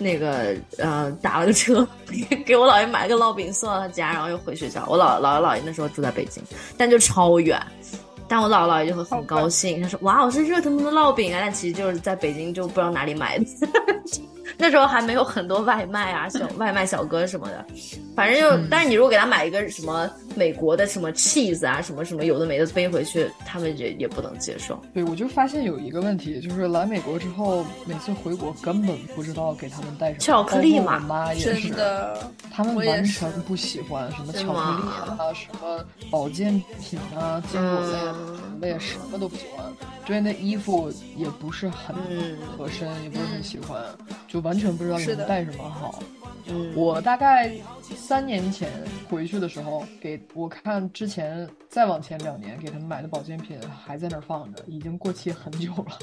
那个呃，打了个车， 给我姥爷买了个烙饼送到他家，然后又回学校。我姥姥姥爷那时候住在北京，但就超远。但我姥姥姥爷就会很高兴，他说：“哇，我是热腾腾的烙饼啊！”但其实就是在北京就不知道哪里买的， 那时候还没有很多外卖啊，小外卖小哥什么的，反正就，但是你如果给他买一个什么美国的什么 cheese 啊，什么什么有的没的背回去，他们也也不能接受。对，我就发现有一个问题，就是来美国之后，每次回国根本不知道给他们带什么巧克力嘛包括我妈也真是，的，他们我也完是全不喜欢什么是巧克力吗啊，什么保健品啊，坚果类、啊、嗯甜类啊什么都不喜欢。这边的衣服也不是很嗯合身，也不是很喜欢，就完全不知道给是他们的带什么好。嗯，我大概三年前回去的时候，给我看之前再往前两年给他们买的保健品还在那儿放着，已经过期很久 了，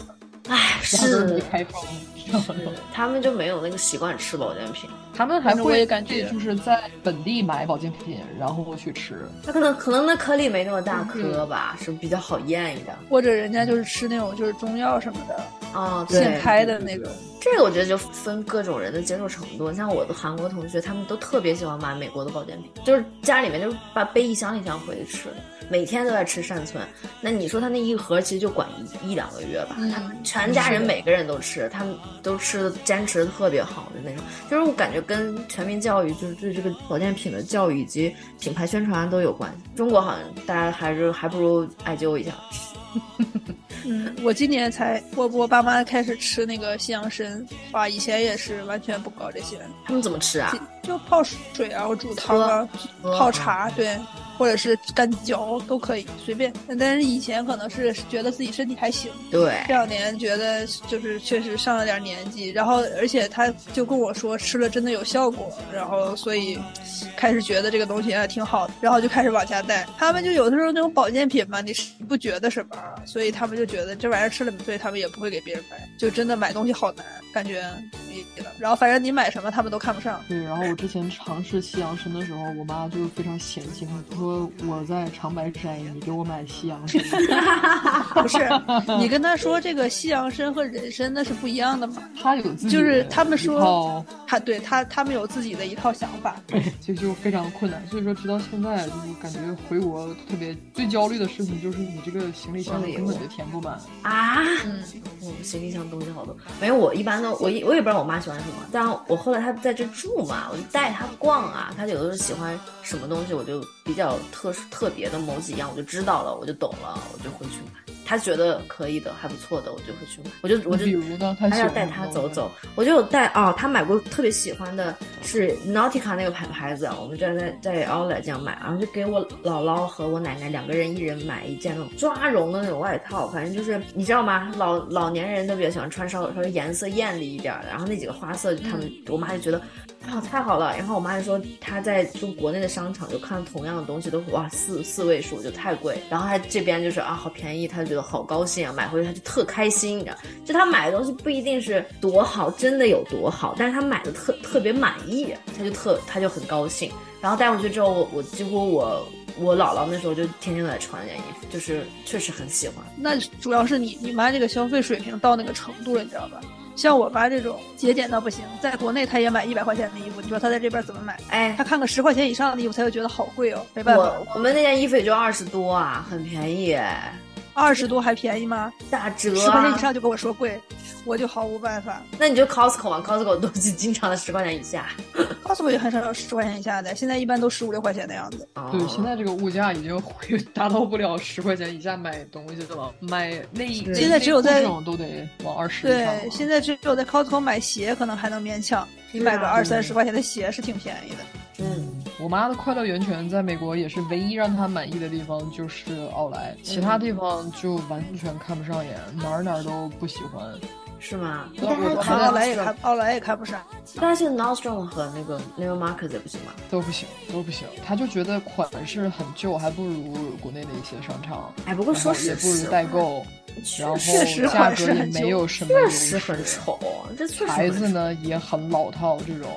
唉，压根儿没是，开封。知道 吗他们就没有那个习惯吃保健品， 他们还但是我会也感觉就是在本地买保健品，然后去 吃。他可能可能那颗粒没那么大颗吧，是比较好咽一点。或者人家就是吃那种就是中药什么的，啊，现对，开的那个，这个我觉得就分各种人的接受程度。像我的韩国同学，他们都特别喜欢买美国的保健品，就是家里面就是把背一箱一箱回去吃的，每天都在吃善存。那你说他那一盒其实就管一一两个月吧，嗯，全家人每个人都吃，他们都吃的坚持的特别好的那种。就是我感觉跟全民教育，就是对这个保健品的教育以及品牌宣传都有关系。中国好像大家还是还不如艾灸一下。嗯，我今年才我我爸妈开始吃那个西洋参，哇，以前也是完全不搞这些，他们怎么吃啊？就泡水啊，或煮汤啊，喝泡茶对，或者是干嚼都可以，随便。但是以前可能是觉得自己身体还行，对，这两年觉得就是确实上了点年纪，然后而且他就跟我说吃了真的有效果，然后所以开始觉得这个东西还挺好的，然后就开始往下带。他们就有的时候那种保健品嘛，你是你不觉得什么，所以他们就觉得这玩意儿吃了，所以他们也不会给别人买，就真的买东西好难，感觉意了。然后反正你买什么他们都看不上。对，然后我之前尝试西洋参的时候，我妈就非常嫌弃，她说我在长白山，你给我买西洋参。 不是，你跟他说这个西洋参和人参那是不一样的嘛？她有自己就是的他们一说套他对他他们有自己的一套想法。所以就非常困难。所以说，直到现在，就是感觉回国特别最焦虑的事情，就是你这个行李箱根本就填不满。啊，嗯，我行李箱东西好多。没有，我一般都我一我也不知道我妈喜欢什么，但我后来她在这住嘛，我就带她逛啊，她有的时候喜欢什么东西，我就比较特殊特别的某几样，我就知道了，我就懂了，我就会去买。她觉得可以的，还不错的，我就会去买。我就我就比如呢，她还喜要欢带什他么走走，我就有带哦，他买过特别喜欢的是 Nautica 那个牌牌子，啊我们在在在 Outlet 这样买，然后就给我姥姥和我奶奶两个人一人买一件那种抓绒的那种外套，反正就是你知道吗？老老年人都比较喜欢穿稍稍微颜色艳丽一点儿的，然后那几个花色，他们我妈就觉得啊、太好了，然后我妈就说她在就国内的商场就看同样的东西都哇四四位数就太贵，然后她这边就是啊好便宜，她就觉得好高兴啊，买回去她就特开心，你知道，就她买的东西不一定是多好，真的有多好，但是她买的特特别满意，她就特她就很高兴，然后带回去之后，我我几乎我我姥姥那时候就天天都在穿这件衣服，就是确实很喜欢。那主要是你你妈这个消费水平到那个程度了，你知道吧？像我妈这种节俭到不行，在国内她也买一百块钱的衣服，你说她在这边怎么买？哎她，看个十块钱以上的衣服，她就觉得好贵哦，没办法，我我们那件衣服也就二十多啊，很便宜哎，二十多还便宜吗？打折十啊块钱以。上就跟我说贵，我就毫无办法。那你就 Costco 吧，Costco 东西经常在十块钱以下。 Costco 也很少有十块钱以下的，现在一般都十五六块钱的样子。哦对，现在这个物价已经回达到不了十块钱以下买东西了，买内衣现在只有在这种都得往二十以上对，了。现在只有在 Costco 买鞋可能还能勉强，你买个是啊二三十块钱的鞋是挺便宜的。嗯，我妈的快乐源泉在美国也是唯一让她满意的地方就是奥嗯莱，其他地方就完全看不上眼，哪儿哪儿都不喜欢。是吗？我但是啊我我觉看得奥莱也看，奥莱也看不上。但是 Nordstrom 和那个 Neiman Marcus 也不行吧？都不行，都不行。他就觉得款式很旧，还不如国内的一些商场，哎，不过然说后实也不话如代，购，然后确实价款式格也很旧没有什么确优实势，很丑，哦这确实牌很子丑。呢也很老套，这种，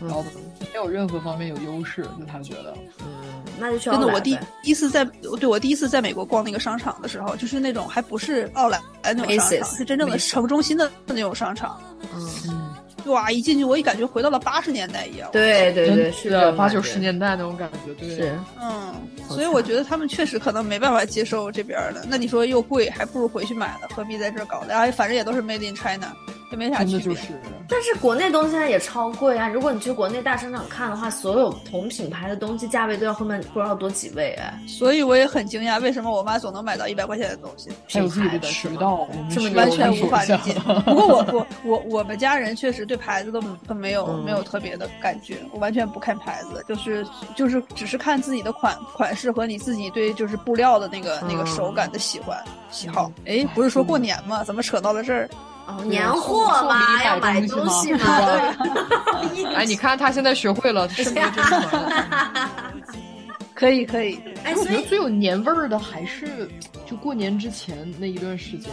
然后嗯没有任何方面有优势，就他觉得。嗯，那就去真的，奥莱我第呗第一次在，对我第一次在美国逛那个商场的时候，就是那种还不是奥莱那种商 Macy's，场，是真正的 Macy's 城中心的那种商场。嗯，嗯，哇，一进去我也感觉回到了八十年代一样。，对对对，是是这的，种八感九觉十年代那种感觉，对，是。嗯，好所以我觉得他们确实可能没办法接受这边儿的。那你说又贵，还不如回去买了，何必在这儿搞的？哎，反正也都是 Made in China，也没啥真区的别。就是。但是国内东西现在也超贵啊！如果你去国内大商场看的话，所有同品牌的东西价位都要后面不知道多几位哎。所以我也很惊讶，为什么我妈总能买到一百块钱的东西，还有自己品的牌是渠吗道，我们这么需要完全探索无法一理下解。不过我我我我们家人确实对牌子都都没有、嗯没有特别的感觉，我完全不看牌子，就是就是只是看自己的款款式和你自己对就是布料的那个、那个手感的喜欢嗯喜好。哎，不是说过年吗？怎么扯到了这儿？哦， 年货嘛，要买东西嘛，都 要哎，你看他现在学会了，他身边真的了。可以可以，哎，我所觉得 以最有年味儿的还是就过年之前那一段时间，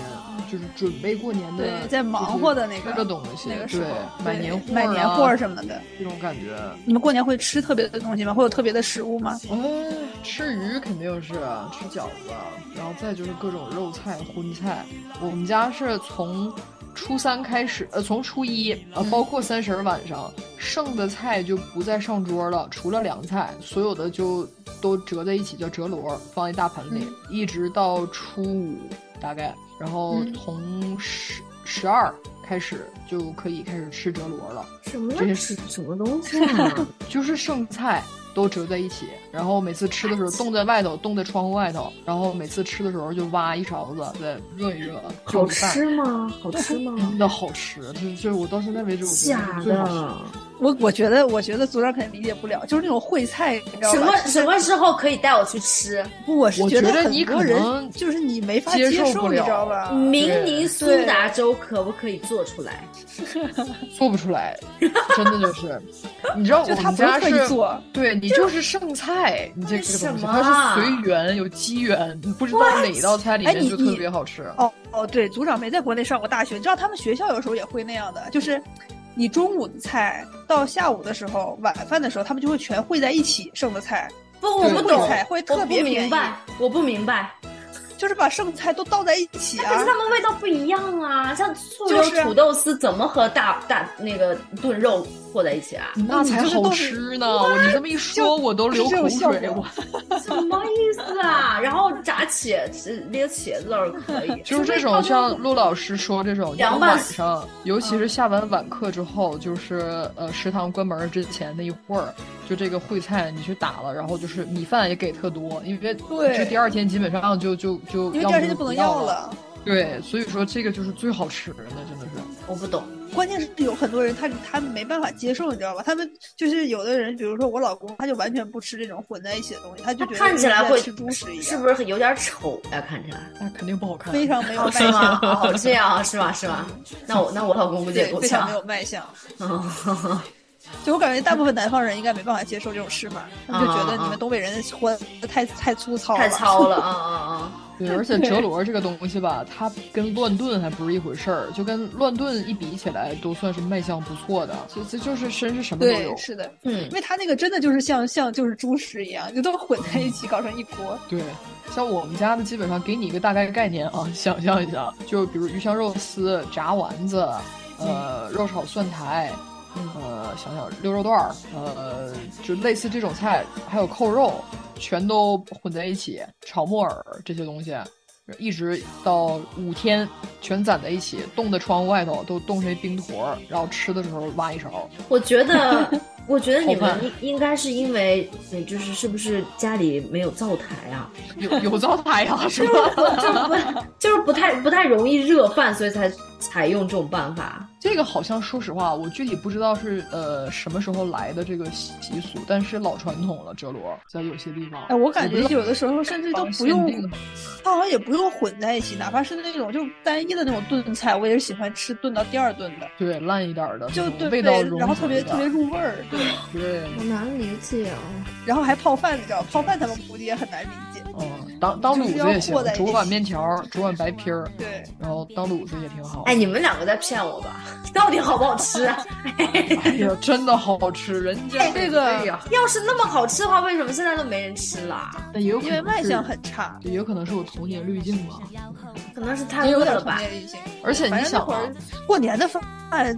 就是准备过年的，嗯对在忙活的那个吃的东西，那个时对候，买年货、啊对买年货什么的。这种感觉。你们过年会吃特别的东西吗？会有特别的食物吗？嗯，吃鱼肯定是啊吃饺子，然后再就是各种肉菜、荤菜。我们家是从初三开始，呃，从初一，呃，包括三十儿晚上，剩的菜就不再上桌了，除了凉菜，所有的就都折在一起，叫折箩，放一大盆里，一直到初五大概，然后嗯从十十二开始就可以开始吃折箩了。什么这些是什么东西啊？就是剩菜都折在一起，然后每次吃的时候啊冻在外头，冻在窗户外头，然后每次吃的时候就挖一勺子再热一热， 好就一拌吃吗？好吃吗？ 真的好吃，就是就是我到现在为止我觉得假是最好吃的。的，我我觉得，我觉得组长肯定理解不了，就是那种烩菜，你知道吧？什么什么时候可以带我去吃？不，我是我觉得得很你多可人能就是你没法接受，受不你了知道吧？明尼苏达州可不可以做出来？做不出来，真的就是，你知道 就我他们不是家特是意。做，对你就是剩菜，你这为这个东西什么啊它是随缘有机缘，你不知道哪一道菜里哎面你就你特别好吃。哦哦，对，组长没在国内上过大学，你知道他们学校有时候也会那样的，就是你中午的菜到下午的时候，晚饭的时候，他们就会全汇在一起剩的菜，不，我不这懂个菜会，我特不别便宜明白，我不明白。啊就是把剩菜都倒在一起那啊。可是它们味道不一样啊，像醋溜就是土豆丝怎么和大大那个炖肉和在一起啊？那才好吃呢！我你这么一说，我都流口就是这种水。效果我什么意思啊？ 然后炸茄子、呃捏茄子倒是可以， 就是这种，像陆老师说这种，凉就是拌晚上，尤其嗯是下完晚课之后，就是呃食堂关门之前那一会儿，就这个烩菜你去打了，然后就是米饭也给特多，因为对就第二天基本上就就就因为要第二天么就不能要要。了。对，所以说这个就是最好吃的，真的是。我不懂。关键是有很多人他他没办法接受，你知道吧？他们就是有的人，比如说我老公，他就完全不吃这种混在一起的东西，他就它觉得看起来像在会吃猪食一样，是不是有点丑呀、看起来那肯定不好看。非常 没有哦，卖是相？吗？哦，这样啊是吧？是吧？那我那我老公估计也对，够非常呛没。有卖相。嗯就我感觉大部分南方人应该没办法接受这种吃法，啊他们就觉得你们东北人活得太太粗糙了，太糙了，啊啊啊！对，而且折罗这个东西吧，它跟乱炖还不是一回事儿，就跟乱炖一比起来，都算是卖相不错的。就这就是真是什么都对有，。是的，嗯因，为他那个真的就是像像就是猪食一样，就都混在一起搞成一锅。对，像我们家的基本上给你一个大概概念啊， 想象一下，就比如鱼香肉丝、炸丸子，呃，肉炒蒜苔，呃，想想溜肉段儿，呃，就类似这种菜，还有扣肉，全都混在一起，炒木耳这些东西。一直到五天全攒在一起，冻在窗户外头都冻成一冰坨儿，然后吃的时候挖一勺。我觉 得，我觉得你好们应应该是因为，嗯就是是不是家里没有灶台 啊？有有灶台啊，是吧？就是不就是不太不太容易热饭，所以才采用这种办法。这个好像说实话，我具体不知道是呃什么时候来的这个习俗，但是老传统了。折罗在有些地方，哎，我感觉有的时候甚至都不用限定的，它好像也不用混在一起，哪怕是那种就单一的那种炖菜，我也是喜欢吃炖到第二顿的，对烂一点儿的，就对嗯味对道融合一点儿，然后特别特别入味儿， 对，对，好难理解啊！然后还泡饭，你知道，泡饭他们估计也很难理解，嗯，当当卤子也行就是要和在一，起哎煮碗面条，煮碗白皮儿，对，然后当卤子也挺好。哎，你们两个在骗我吧？ 到底好不好吃啊？哎呀，真的好吃，人家这个哎呀，要是那么好吃的话，为什么现在都没人吃了？啊但也有可因能为卖是相，很差，也有可能是我童年滤镜吧。可能是太也有饿点了童吧？年滤镜。而且反你正那想会啊，儿过年的饭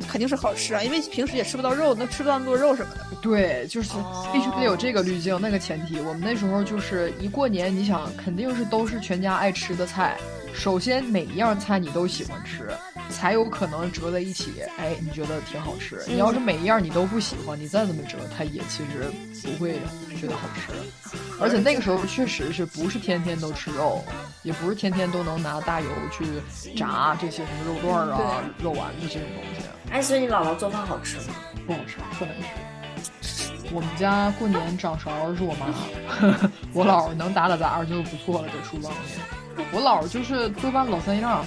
肯定是好吃啊，因为平时也吃不到肉，那吃不到那么多肉什么的。对，就是必须得有这个滤镜、那个前提。我们那时候就是一过年，你想肯定是都是全家爱吃的菜，首先每一样菜你都喜欢吃，才有可能折在一起。哎，你觉得挺好吃。你要是每一样你都不喜欢，你再怎么折，它也其实不会觉得好吃。而且那个时候确实是不是天天都吃肉，也不是天天都能拿大油去炸这些什么肉段儿啊、肉丸子这种东西。啊哎，所以你姥姥做饭好吃吗？不好吃，特难吃。我们家过年掌勺是我妈， 我姥儿能打打杂就不错了，在厨房里。我姥儿就是做饭老三样，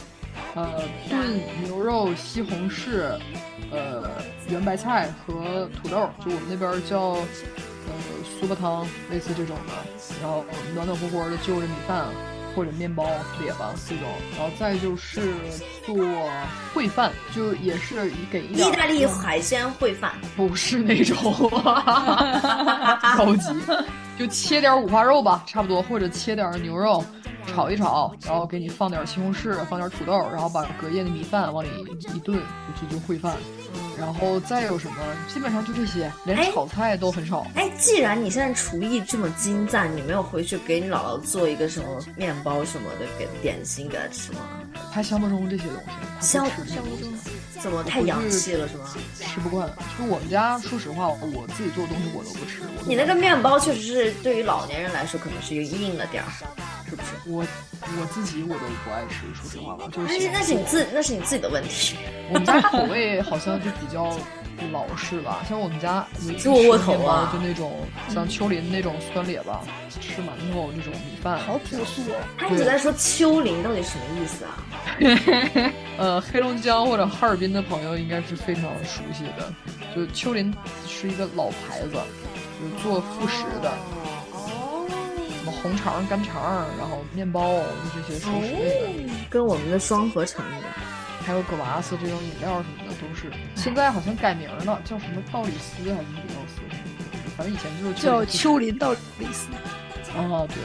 呃，炖牛肉、西红柿、呃，圆白菜和土豆，就我们那边儿叫呃苏巴汤，类似这种的。然后暖暖和和的就着米饭或者面包、列巴这种，然后再就是做烩饭，就也是给一点意儿大利嗯海鲜烩饭，不是那种， 高级，就切点五花肉吧，差不多，或者切点牛肉，炒一炒，然后给你放点西红柿，放点土豆，然后把隔夜的米饭往里一炖，就就烩饭。然后再有什么，基本上就这些，哎连炒菜都很少。哎，既然你现在厨艺这么精湛，你没有回去给你姥姥做一个什么面包什么的给点心给她吃吗？他想不中这些东西，他不想吃这些东西。怎么太洋气了是吗？吃不惯，就我们家，说实话，我自己做的东西我都不吃。我都你那个面包确实是对于老年人来说可能是硬了点儿，是不是？我我自己我都不爱吃，说实话吧，就是那喜是欢那是你做自那是你自己的问题。我们家口味好像就比较老式吧，像我们家有一次窝窝吃面头包啊就那种像秋林那种酸咧吧，吃馒头那种米饭，好朴素哦，他一直在说丘陵到底什么意思啊？呃，黑龙江或者哈尔滨的朋友应该是非常熟悉的，就秋林是一个老牌子，就是做副食的，哦什么红肠、干肠，然后面包就这些熟食类的，哦跟我们的双合成一样。还有葛瓦斯这种饮料什么的，都是。现在好像改名了，叫什么道里斯还是里奥斯，反正以前就是叫丘丘林道里斯，啊，对，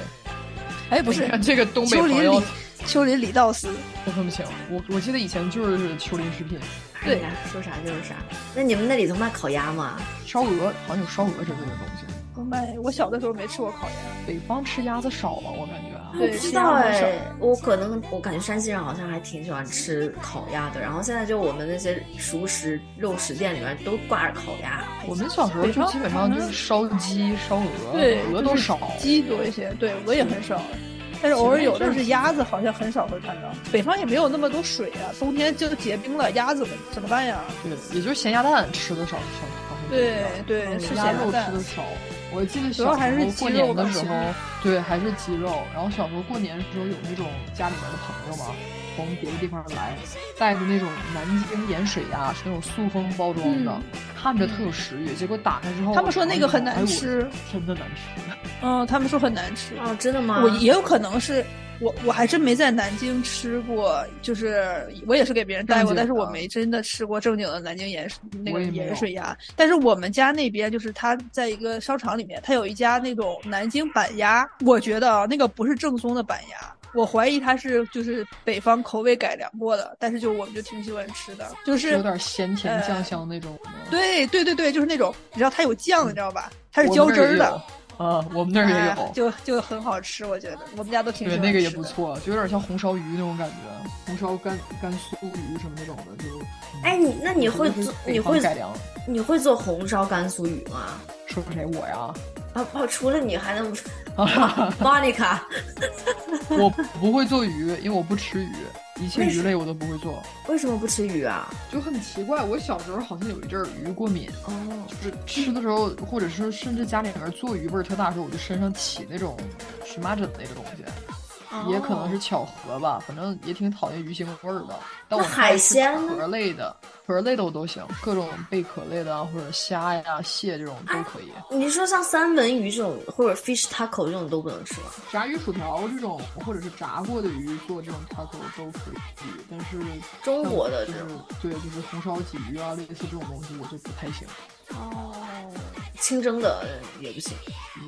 哎，不是你看 这个东北丘朋林友里，丘林里道斯，我分不清。我我记得以前就是丘陵食品，对哎呀，说啥就是啥。那你们那里头卖烤鸭吗？烧鹅好像有烧鹅之类的东西。我买，哎我小的时候没吃过烤鸭，北方吃鸭子少吧，我感觉啊。对不知吃道鸭很少哎，我可能我感觉山西人好像还挺喜欢吃烤鸭的。然后现在就我们那些熟食肉食店里面都挂着烤鸭，我们小时候就基本上就是烧鸡、烧鹅，对，鹅就都是少。鸡多一些，对，鹅也很少。但是偶尔有，但是鸭子好像很少会看到。北方也没有那么多水啊，冬天就结冰了，鸭子们怎么办呀？对，也就是咸鸭蛋吃的少，少少很多对对嗯是咸鸭鸭肉吃蛋的少。我记得主小要时还是候鸡过肉年吧的其时实候，对，还是鸡肉。然后小时候过年的时候有那种家里面的朋友嘛，从别的地方来，带着那种南京盐水鸭，是那种塑封包装的，看着特有食欲。结果打开之后，嗯他们说那个很哎难呦吃，真的难吃。嗯，他们说很难吃。哦，真的吗？我啊也有可能是我，我还真没在南京吃过，就是我也是给别人带过，正经的但是我没真的吃过正经的南京盐那我个也没有盐水鸭。但是我们家那边就是他在一个商场里面，他有一家那种南京板鸭，我觉得啊，那个不是正宗的板鸭。我怀疑它是就是北方口味改良过的，但是就我们就挺喜欢吃的，就是有点咸甜呃酱香那种的。对对对对，就是那种你知道它有酱，你知道吧？它是我浇们汁那也儿的，有。啊，我们那儿也哎有。就就很好吃，我觉得我们家都挺喜对，欢那个也吃不的错，就有点像红烧鱼那种感觉，红烧干干酥鱼什么那种的，就。哎，你那你我觉会得是做北你方会改良？你会做红烧甘肃鱼吗？说谁 我呀？啊，哦，除了你还 能 Monica，我不会做鱼，因为我不吃鱼，一切为鱼什类我都不会做，为什么不吃鱼啊？就很奇怪。我小时候好像有一阵儿鱼过敏，哦，就是吃的时候，或者是甚至家里面做鱼味儿特大的时候，我就身上起那种荨麻疹那个东西，哦也可能是巧合吧，反正也挺讨厌鱼腥味儿的。但那我海鲜呢壳类的，壳类的我都行，各种贝壳类的啊，或者虾呀、蟹这种都可以。你说像三文鱼这种或者 fish taco 这种都不能吃吗？炸鱼薯条这种，或者是炸过的鱼做这种 taco 都可以，但是中国的就这是种对，就是红烧鲫鱼啊，类似这种东西，我就不太行，哦，清蒸的也不行。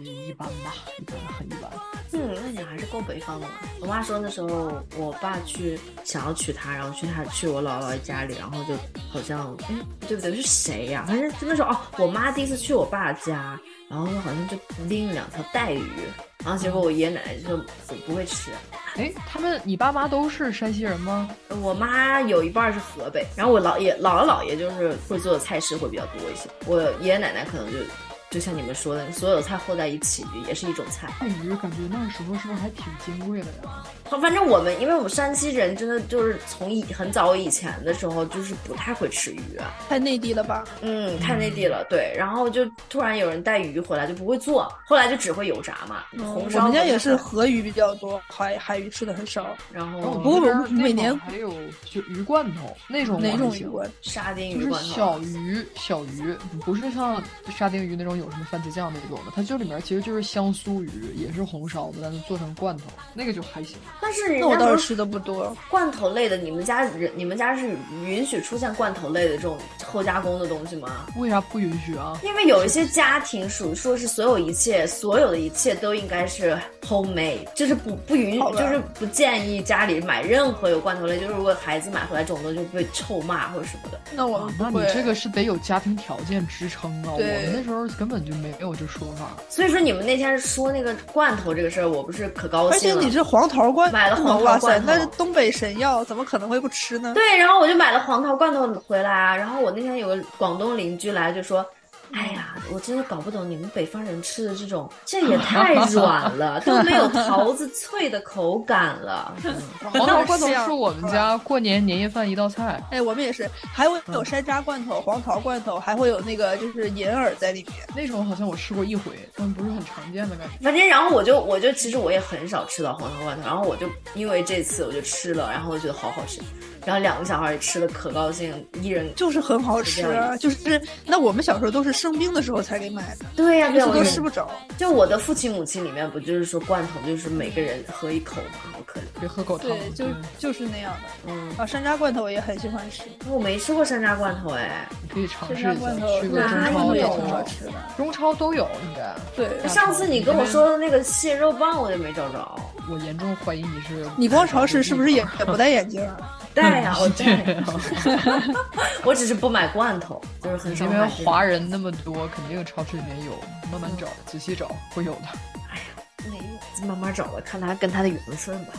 一一般吧，一般很一般。嗯，那你还是够北方的嘛。我妈说那时候我爸去想要娶她，然后去她去我姥姥家里，然后就好像哎对不对是谁呀、反正就那时候哦，我妈第一次去我爸家，然后好像就拎了两条带鱼，然后结果我爷爷奶奶就说我不会吃。哎，他们你爸妈都是山西人吗？我妈有一半儿是河北，然后我姥爷、姥姥姥爷就是会做的菜式会比较多一些，我爷爷奶奶可能就就像你们说的，所有菜和在一起也是一种菜。那鱼感觉那时候是不是还挺金贵的呀？好，反正我们因为我们山西人真的就是从以很早以前的时候就是不太会吃鱼、太内地了吧？嗯，太内地了，对。然后就突然有人带鱼回来就不会做，后来就只会油炸嘛，红烧。嗯我们家也是，河鱼比较多，海海鱼吃的很少。然然后后我们哦不这过边每内蒙年还有就鱼罐头那种我哪还种行鱼罐？沙丁就鱼是罐头小。鱼，小鱼不是像沙丁鱼那种有什么番茄酱那种的，它这里面其实就是香酥鱼，也是红烧的，但是做成罐头，那个就还行。但是人那我家倒不是是吃的不多。罐头类的，你们家人你们家是允许出现罐头类的这种后加工的东西吗？为啥不允许啊？因为有一些家庭属于说是所有一切，所有的一切都应该是 homemade，就是不不允，好吧就是不建议家里买任何有罐头类，就是如果孩子买回来这种东西就被臭骂或者什么的。那我啊们那哦不你会。这个是得有家庭条件支撑啊！我对们那时候根本就没有这说 法。所以说你们那天说那个罐头这个事儿，我不是可高而且兴了。你是黄桃罐头，买了黄桃哇塞罐，头那是东北神药，怎么可能会不吃呢？对，然后我就买了黄桃罐头回来啊。然后我那天有个广东邻居来就说：“哎呀，我真的搞不懂你们北方人吃的这种，这也 太软了，都没有桃子脆的口感了。 嗯黄桃哦罐头是啊是我们家过年年夜饭一道菜，哎，我们也是，还会嗯有山楂罐头、黄桃罐头，还会有那个就是银耳在里面。那种好像我吃过一回，但不是很常见的感觉。反正然后我就我就其实我也很少吃到黄桃罐头，然后我就因为这次我就吃了，然后我觉得好好吃。然后两个小孩也吃的可高兴，一人就是很好是吃啊这样的，就是那我们小时候都是生病的时候才给买的，对呀、平对呀、时我都也吃不着。就我的父亲母亲里面不就是说罐头就是每个人喝一口嘛，好可怜。别喝狗汤。对，就嗯就是那样的。嗯，啊，山楂罐头我也很喜欢吃，我没吃过山楂罐头哎，你可以尝试山楂一罐下，头去个中哪超有啊也有挺好有，吃的。中超都有应该。对，上次你跟我说的那个蟹肉棒我就没找 着。我严重怀疑你是你光超市是不是也也不戴眼镜啊？带呀、我带呀、我只是不买罐头，就是很少因为买这种。华人那么多，肯定超市里面有，慢慢找，仔细找会有的。哎那慢慢找吧，看他跟他的缘分吧。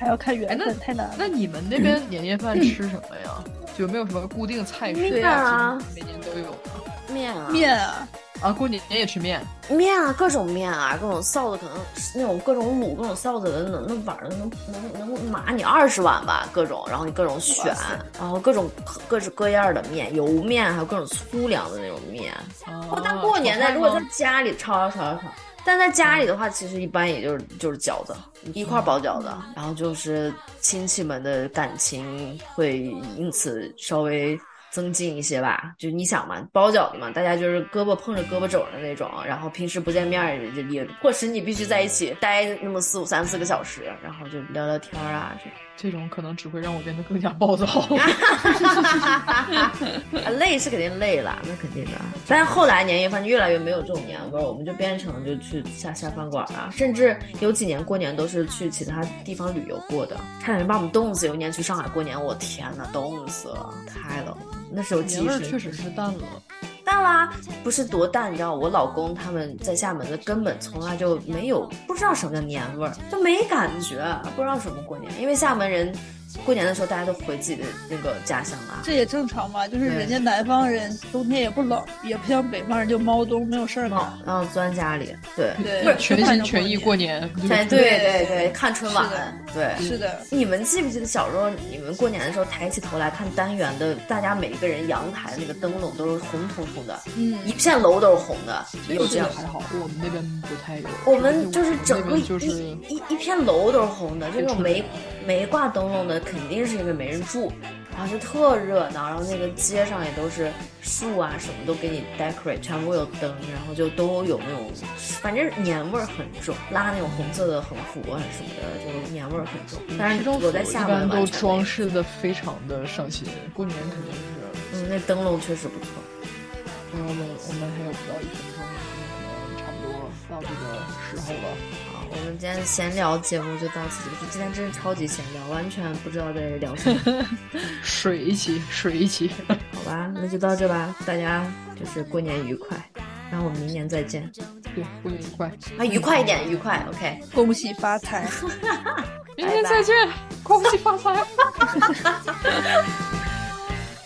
还要看缘哎那分，太难了。那你们那边年夜饭吃什么呀？就有没有什么固定菜式？面啊每年都有的面啊面啊，啊，过年也吃面。面啊，各种面啊，各种臊子，可能是那种各种卤、各种臊子的，能那碗儿能能能码你二十碗吧，各种，然后你各种选哇塞，然后各种各式各样的面，油面，还有各种粗粮的那种面。哦但过年呢，如果在炒菜吗家里炒炒炒炒，但在家里的话，其实一般也就是就是饺子，一块儿包饺子，然后就是亲戚们的感情会因此稍微。增进一些吧，就你想嘛，包饺子嘛，大家就是胳膊碰着胳膊肘的那种，然后平时不见面儿也也，或是你必须在一起待那么四五三四个小时，然后就聊聊天儿啊这这种可能只会让我变得更加暴躁。 啊， 累是肯定累了，那肯定的。但是后来年夜饭就越来越没有这种年味儿，我们就变成就去下下饭馆啊，甚至有几年过年都是去其他地方旅游过的，差点把我们冻死。有一年去上海过年，我天呐，冻死了，太冷。了。那时候记年忆味儿是确实是淡了。淡啦，不是多淡，你知道，我老公他们在厦门的根本从来就没有不知道什么叫年味儿，就没感觉，不知道什么过年，因为厦门人过年的时候大家都回自己的那个家乡啊啦。这也正常嘛，就是对人家南方人冬天也不冷，也不像北方人就猫冬没有事儿哦干。然后钻家里，对，对，全心全意过年，哎，就是嗯对对对对，看春晚是的，对。是的，你们记不记得小时候，你们过年的时候抬起头来看单元的，大家每一个人阳台的那个灯笼都是红彤彤的，嗯一，片楼都是红的，也有这这样个。还好，我们那边不太有。我们就是整我个们那一边就是一一片楼都是红的，就那种就没没挂灯笼的，肯定是因为没人住，然后就特热闹，然后那个街上也都是树啊，什么都给你 decorate，全部有灯，然后就都有那种，反正年味儿很重，拉那种红色的横幅啊什么的，就年味儿很重。但市是政府我在厦门嗯一般完全都没有装，饰的非常的上心，过年肯定是，嗯，那灯笼确实不错。然后我们我们还有不到一分钟，可能差不多到这个时候了。好，我们今天闲聊节目就到此结束，今天真是超级闲聊，完全不知道在这聊什么。水一起，水一起，好吧，那就到这吧，大家就是过年愉快，然后我们明年再见对，过年愉快，啊，愉快一点，愉快，OK，恭喜发财。明天再见，恭喜发财。